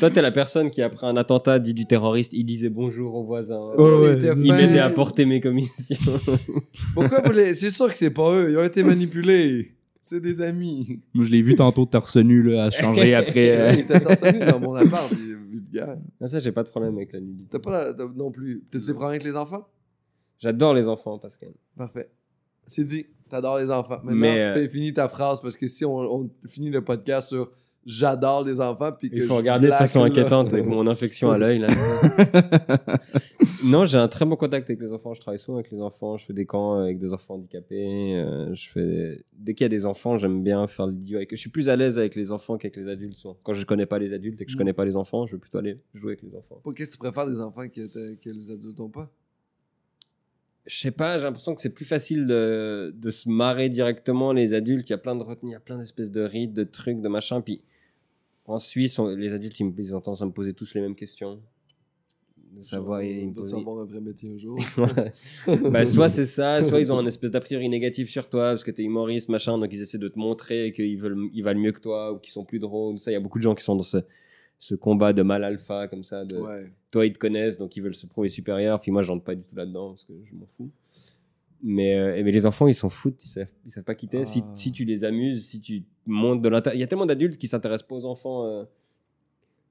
Toi, t'es la personne qui, après un attentat, dit du terroriste Il disait bonjour aux voisins. Oh, ouais. Il était Il fin. m'aidait à porter mes commissions. (laughs) Pourquoi vous les... C'est sûr que c'est pas eux, ils ont été manipulés. C'est des amis. Moi, je l'ai vu tantôt torse nu là, à se changer Il après. euh, (laughs) était torse nu dans mon appart, il est vulgaire. Ah, ça, j'ai pas de problème avec la nudité. T'as pas la- t'as- non plus. T'as-tu des problèmes avec les enfants? J'adore les enfants, Pascal. Parfait. C'est dit. T'adores les enfants. Maintenant, Mais, euh, fais, finis ta phrase parce que si on, on finit le podcast sur j'adore les enfants puis que Il faut je regarder de blague façon là. inquiétante (laughs) avec mon infection à l'œil. là. non, j'ai un très bon contact avec les enfants. Je travaille souvent avec les enfants. Je fais des camps avec des enfants handicapés. euh, je fais... Dès qu'il y a des enfants, j'aime bien faire l'idiot. Avec... Je suis plus à l'aise avec les enfants qu'avec les adultes. souvent. Quand je connais pas les adultes et que je Mm. connais pas les enfants, je veux plutôt aller jouer avec les enfants. Pourquoi Qu'est-ce que tu préfères des enfants que, t'as- que les adultes n'ont pas Je sais pas, j'ai l'impression que c'est plus facile de, de se marrer directement. Les adultes, il y a plein de retenues, il y a plein d'espèces de rites, de trucs, de machins. Puis en Suisse, on- les adultes, ils, me- ils ont tendance à me poser tous les mêmes questions. De savoir, ils On me va posent- savoir un vrai métier (laughs) un jour. bah, soit c'est ça, soit ils ont un espèce d'a priori négatif sur toi parce que t'es humoriste, machin, donc ils essaient de te montrer qu'ils veulent, ils valent mieux que toi ou qu'ils sont plus drôles. Ça, il y a beaucoup de gens qui sont dans ce, ce combat de mal alpha comme ça. De, ouais. Toi, ils te connaissent, donc ils veulent se prouver supérieurs. Puis moi, j'entre pas du tout là-dedans parce que je m'en fous. Mais, euh, eh, mais les enfants, ils s'en foutent, ils savent, ils savent pas quitter. Si, Ah. si tu les amuses, si tu montes de l'intérieur. Il y a tellement d'adultes qui s'intéressent pas aux enfants. euh,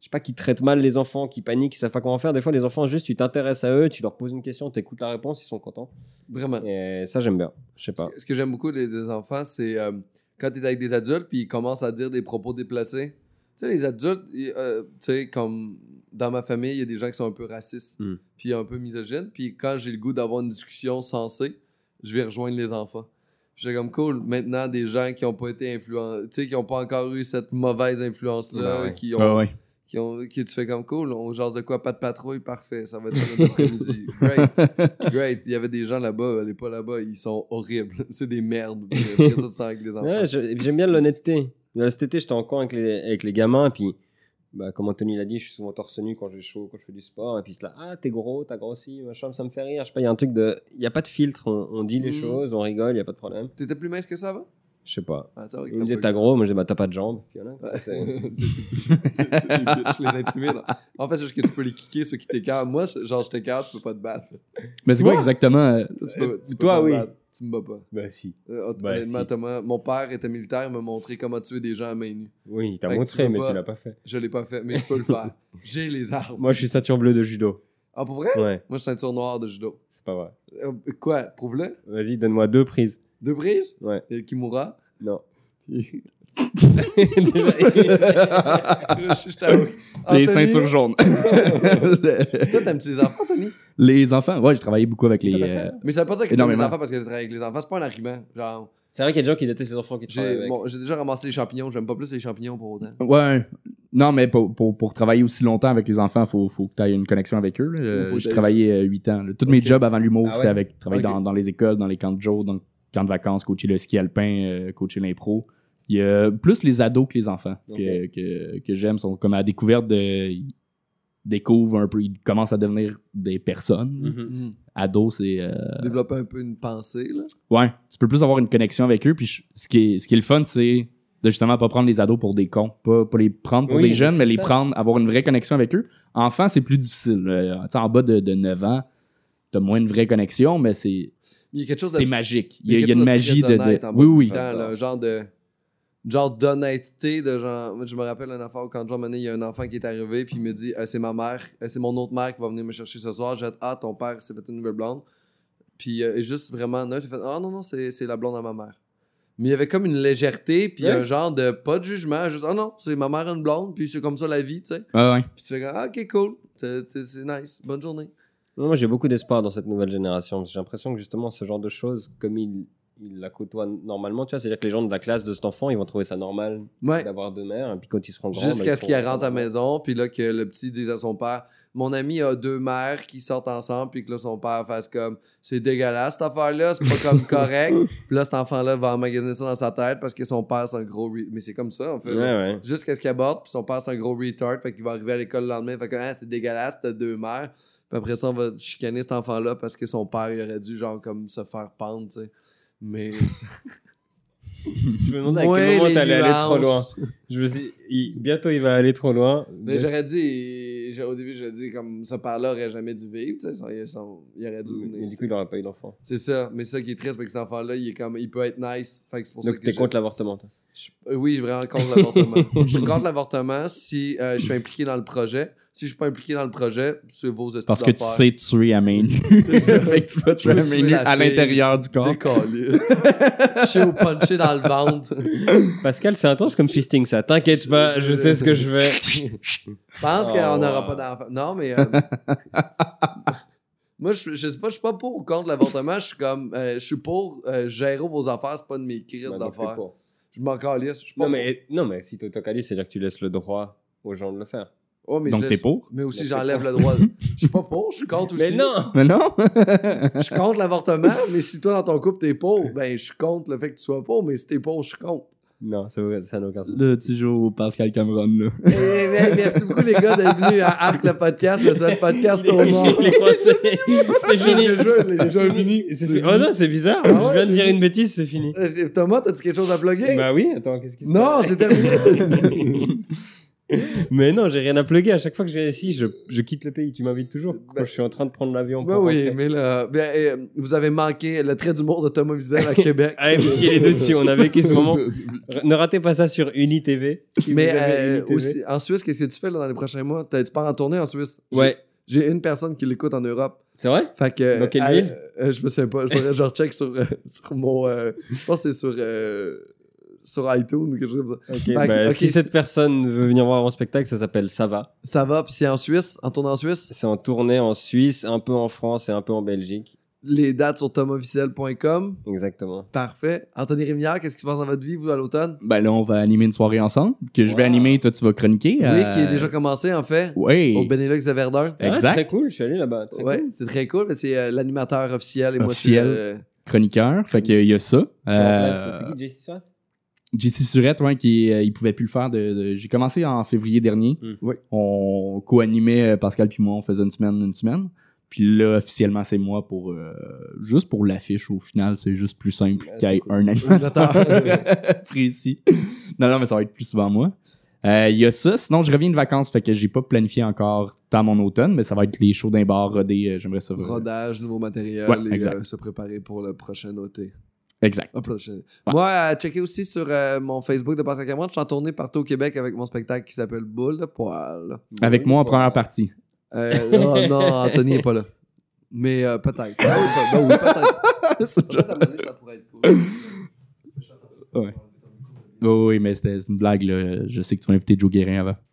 je sais pas, qui traitent mal les enfants, qui paniquent, qui savent pas comment faire. Des fois, les enfants, juste, tu t'intéresses à eux, tu leur poses une question, tu écoutes la réponse, ils sont contents. Vraiment. Et ça, j'aime bien. Je sais Ce pas. que- Ce que j'aime beaucoup des, des enfants, c'est euh, quand tu es avec des adultes puis ils commencent à dire des propos déplacés. Tu sais, les adultes, ils, euh, tu sais, comme dans ma famille, il y a des gens qui sont un peu racistes Mm. puis un peu misogynes. Puis quand j'ai le goût d'avoir une discussion sensée, je vais rejoindre les enfants. J'ai comme cool, maintenant des gens qui n'ont pas été influencés, tu sais, qui n'ont pas encore eu cette mauvaise influence-là, Ben ouais. qui ont Ah ouais. qui, ont, qui tu fais comme cool, on genre de quoi, pas de patrouille, parfait, ça va être ça notre après-midi. (laughs) Great, great. Il y avait des gens là-bas, elle est pas là-bas, ils sont horribles, (laughs) c'est (laughs) des merdes. Puis après ça, tu t'en avec les enfants. Ouais, je- j'aime bien l'honnêteté. Là, Cet été, j'étais en camp avec les, avec les gamins, puis bah, comme Anthony l'a dit, je suis souvent torse nu quand j'ai chaud, quand je fais du sport, et puis c'est là, ah, t'es gros, t'as grossi, machin, ça me fait rire. Je sais pas, il y a un truc de. Il y a pas de filtre, on, on dit les Mhm. choses, on rigole, il y a pas de problème. T'étais plus mince que ça avant Je sais pas. ah, c'est vrai que Il me disait, pas t'as gros, moi je dis, bah, t'as pas de jambes. Puis voilà, Ouais. ça, c'est- (laughs) Tu les bitches, les intimides. En fait, c'est juste que tu peux les kicker, ceux qui t'écartent. Moi, je- genre, je t'écarte, tu peux pas te battre. Mais c'est quoi Toi? exactement euh, Toi, tu peux, tu peux Toi, pas me oui. battre. Tu me bats pas. Bah, si. Euh, hon- Ben, honnêtement, si. Thomas, mon père était militaire, il m'a montré comment tuer des gens à main nue. Oui, il t'a Fait que tu montré, veux mais pas- tu l'as pas fait. Je l'ai pas fait, mais je peux (laughs) le faire. J'ai les armes. Moi, je suis ceinture bleue de judo. Ah, pour vrai? Ouais, Moi, je suis ceinture noire de judo. c'est pas vrai. Euh, quoi? Prouve-le. Vas-y, donne-moi deux prises. Deux prises? Ouais. Et le Kimura? (laughs) Non. Puis- Déjà, je t'avoue. Anthony, les (laughs) ceintures jaunes. (laughs) Le- Toi, t'aimes-tu les enfants, Anthony? les enfants, ouais, j'ai travaillé beaucoup avec les. Tout à fait. euh, Mais ça veut pas dire que t'aimes les Énormément. enfants parce que t'as travaillé avec les enfants. C'est pas un argument. Genre, C'est vrai qu'il y a des gens qui détestent les enfants qui travaillent j'ai avec. bon, j'ai déjà ramassé les champignons. J'aime pas plus les champignons pour autant. Ouais. Non, mais pour, pour, pour travailler aussi longtemps avec les enfants, faut, faut que tu aies une connexion avec eux. là. Euh, Faut que J'ai t'ailles travaillé 8 ans. là. Tous mes Ok. jobs avant l'humour, Ah c'était ouais? avec travailler Ok. dans, dans les écoles, dans les camps de jour, dans les camps de vacances, coacher le ski alpin, euh, coacher l'impro. Il y a plus les ados que les enfants que, Ok. que, que j'aime. sont comme à la découverte de. Ils découvrent un peu, ils commencent à devenir des personnes. Mhm. Ados, c'est. euh, Développer un peu une pensée, là. Ouais, tu peux plus avoir une connexion avec eux. Puis je- ce, qui est, ce qui est le fun, c'est de justement pas prendre les ados pour des cons. Pas, pas les prendre pour Oui, des jeunes, c'est mais les ça. prendre, avoir une vraie connexion avec eux. Enfants, c'est plus difficile. Euh, tu sais, en bas de, de 9 ans, t'as moins une vraie connexion, mais c'est Il y a quelque chose de. c'est magique. Il y a, il y a quelque chose une magie très de. de- honnête en Oui, oui. bas du temps, là, un genre de genre d'honnêteté de genre moi, je me rappelle un affaire où quand John Manet il y a un enfant qui est arrivé puis il me dit Euh, c'est ma mère euh, c'est mon autre mère qui va venir me chercher ce soir j'ai fait, ah ton père s'est fait une nouvelle blonde puis euh, juste vraiment neutre il fait ah non non c'est c'est la blonde à ma mère mais il y avait comme une légèreté puis Ouais. un genre de pas de jugement juste ah non c'est ma mère une blonde puis c'est comme ça la vie tu sais Ouais, ouais. puis tu fais comme, ah ok cool c'est c'est- c'est nice bonne journée Non, Moi, j'ai beaucoup d'espoir dans cette nouvelle génération. parce que J'ai l'impression que justement, ce genre de choses, comme ils il la côtoient normalement, tu vois, c'est-à-dire que les gens de la classe de cet enfant, ils vont trouver ça normal ouais d'avoir deux mères, et puis quand ils seront grands. Jusqu'à bah, ils ce qu'il seront- rentre à la maison, puis là, que le petit dise à son père Mon ami a deux mères qui sortent ensemble, puis que là, son père fasse comme C'est dégueulasse cette affaire-là, c'est pas comme (laughs) correct. Puis là, cet enfant-là va emmagasiner ça dans sa tête parce que son père, c'est un gros. re- Mais c'est comme ça, en fait. (laughs) Ouais, ouais. Jusqu'à ce qu'il aborde, puis son père, c'est un gros retard, fait qu'il va arriver à l'école le lendemain, fait que Ah, c'est dégueulasse, t'as deux mères. Puis après ça, on va chicaner cet enfant-là parce que son père, il aurait dû, genre, comme se faire pendre, tu sais. Mais. Je me demandais à quel Ouais, moment les t'allais aller trop loin. nuances. Je me suis dit, il- bientôt il va aller trop loin. Mais j'aurais dit, j'ai- au début, j'aurais dit, comme ce père-là aurait jamais dû vivre, tu sais, son- son- il aurait dû Mais venir. du tu coup, sais. il n'aurait pas eu d'enfant. C'est ça, mais c'est ça qui est triste, c'est que cet enfant-là, il, est comme, il peut être nice. Fait que c'est pour ça Donc, que t'es j'ai- contre l'avortement. toi. Je- euh, oui, vraiment contre l'avortement. (laughs) je suis contre l'avortement si euh, je suis impliqué dans le projet. Si je suis pas impliqué dans le projet, c'est vos études. Parce que tu sais tuer (laughs) à main nue. C'est ça. (laughs) fait que tu vas tuer à Tu main veux nue la à fille. l'intérieur du corps. Décaliste. (laughs) Je suis au puncher dans le ventre. Pascal, c'est intense comme fisting, ça. T'inquiète pas, je sais ce que je (laughs) fais. Je pense Oh, qu'on wow. n'aura pas d'enfant. Non, mais. (laughs) euh, Moi, je, je sais pas, je suis pas pour ou contre l'avortement. Je suis comme. euh, je suis pour euh, gérer vos affaires, c'est pas de mes crises Non, mais fais d'affaires. Ben, pas. Je m'en calisse. Je suis pas. Non, mais, non, mais si t'autocalises, c'est-à-dire que tu laisses le droit aux gens de le faire. pour. Ouais, Oh, mais Donc je- t'es pour? Mais aussi, Mais j'enlève le droit. (laughs) Je suis pas pour, je suis contre aussi. Mais non Mais (laughs) non! Je suis contre l'avortement, mais si toi, dans ton couple, t'es pour, ben, je suis contre le fait que tu sois pour, mais si t'es pour, je (laughs) suis contre. Non, ça ça n'a aucun sens. Le petit jour au Pascal Cameron, là. Eh, ben, merci beaucoup, les gars, d'être venus à Arc le podcast, le seul podcast au monde. Les conseils, Oh (laughs) c'est fini. Les jeux, les jeux fini. finis. C'est fi- Oh non, c'est bizarre. Ah ouais, je viens de c'est dire fini. une bêtise, c'est fini. Euh, Thomas, t'as-tu quelque chose à plugger? Ben, Bah oui, attends, qu'est-ce qui se non, passe c'est (laughs) terminé. Mais non, j'ai rien à plugger. À chaque fois que je viens ici, je, je quitte le pays. Tu m'invites toujours quand Bah- je suis en train de prendre l'avion. ben pour oui, rentrer. mais là, ben, euh, vous avez manqué le trait d'humour de (laughs) Thomas Wiesel à Québec. Allez, piquez les deux (laughs) dessus. On a vécu ce moment. R- ne ratez pas ça sur UniTV. si Mais vous avez euh, UniTV. aussi, en Suisse, qu'est-ce que tu fais là, dans les prochains mois? T'as- Tu pars en tournée en Suisse? J'ai- Ouais, J'ai une personne qui l'écoute en Europe. c'est vrai Fait que. Dans quelle allez, ville? euh, je me souviens pas. Je faudrait que je recheck sur, euh, (laughs) sur mon. euh, je pense que c'est sur. euh, sur iTunes ou quelque chose comme ça. Ok, Fait que- bah, ok, Si c'est- cette personne veut venir voir mon spectacle, ça s'appelle Ça va. Ça va, puis c'est en Suisse, en tournant en Suisse. C'est en tournée en Suisse, un peu en France et un peu en Belgique. Les dates sur thomasvicel.com. Exactement. Parfait. Anthony Rémillard, qu'est-ce qui se passe dans votre vie, vous, à l'automne? Ben là, on va animer une soirée ensemble, que je vais Wow. animer, toi tu vas chroniquer. Oui, euh, qui est déjà commencé, en fait, Ouais. au Benelux de Verdun. Ah, Exact. très cool, je suis allé là-bas. très Ouais, cool. c'est très cool. mais C'est euh, l'animateur officiel et moi, c'est. Officiel. euh, Chroniqueur, fait qu'il y a ça. Je suis en Euh, place. C'est qui, J.C. Surratt JC Surette, ouais, qui euh, il pouvait plus le faire. De, de- J'ai commencé en février dernier. Mm. Oui. On co-animait euh, Pascal puis moi, on faisait une semaine, une semaine. Puis là, officiellement, c'est moi pour euh, juste pour l'affiche. Au final, c'est juste plus simple Ouais, qu'il y ait c'est cool. un Animateur. (laughs) animateur précis. Non, non, mais ça va être plus souvent moi. Euh, Il y a ça. Sinon, je reviens de vacances, fait que j'ai pas planifié encore tant mon automne, mais ça va être les shows d'un bar rodé. euh, J'aimerais ça. rodage, nouveau matériel Ouais, et exact. euh, se préparer pour le prochain OT. Exact. Ah, prochain. Moi, euh, checker aussi sur euh, mon Facebook de Pascal Cameron, je suis en tournée partout au Québec avec mon spectacle qui s'appelle Boule de poil. Avec Oui, moi en bah, première partie. (laughs) Euh, non, non, Anthony n'est pas là. Mais euh, peut-être. Ah oui, pe- ben oui, (laughs) peut-être. Peut-être à un moment donné, ça pourrait être cool. Ouais. Oh, oui, mais c'était c'est une blague. Là. Je sais que tu vas inviter Joe Guérin avant. Ah,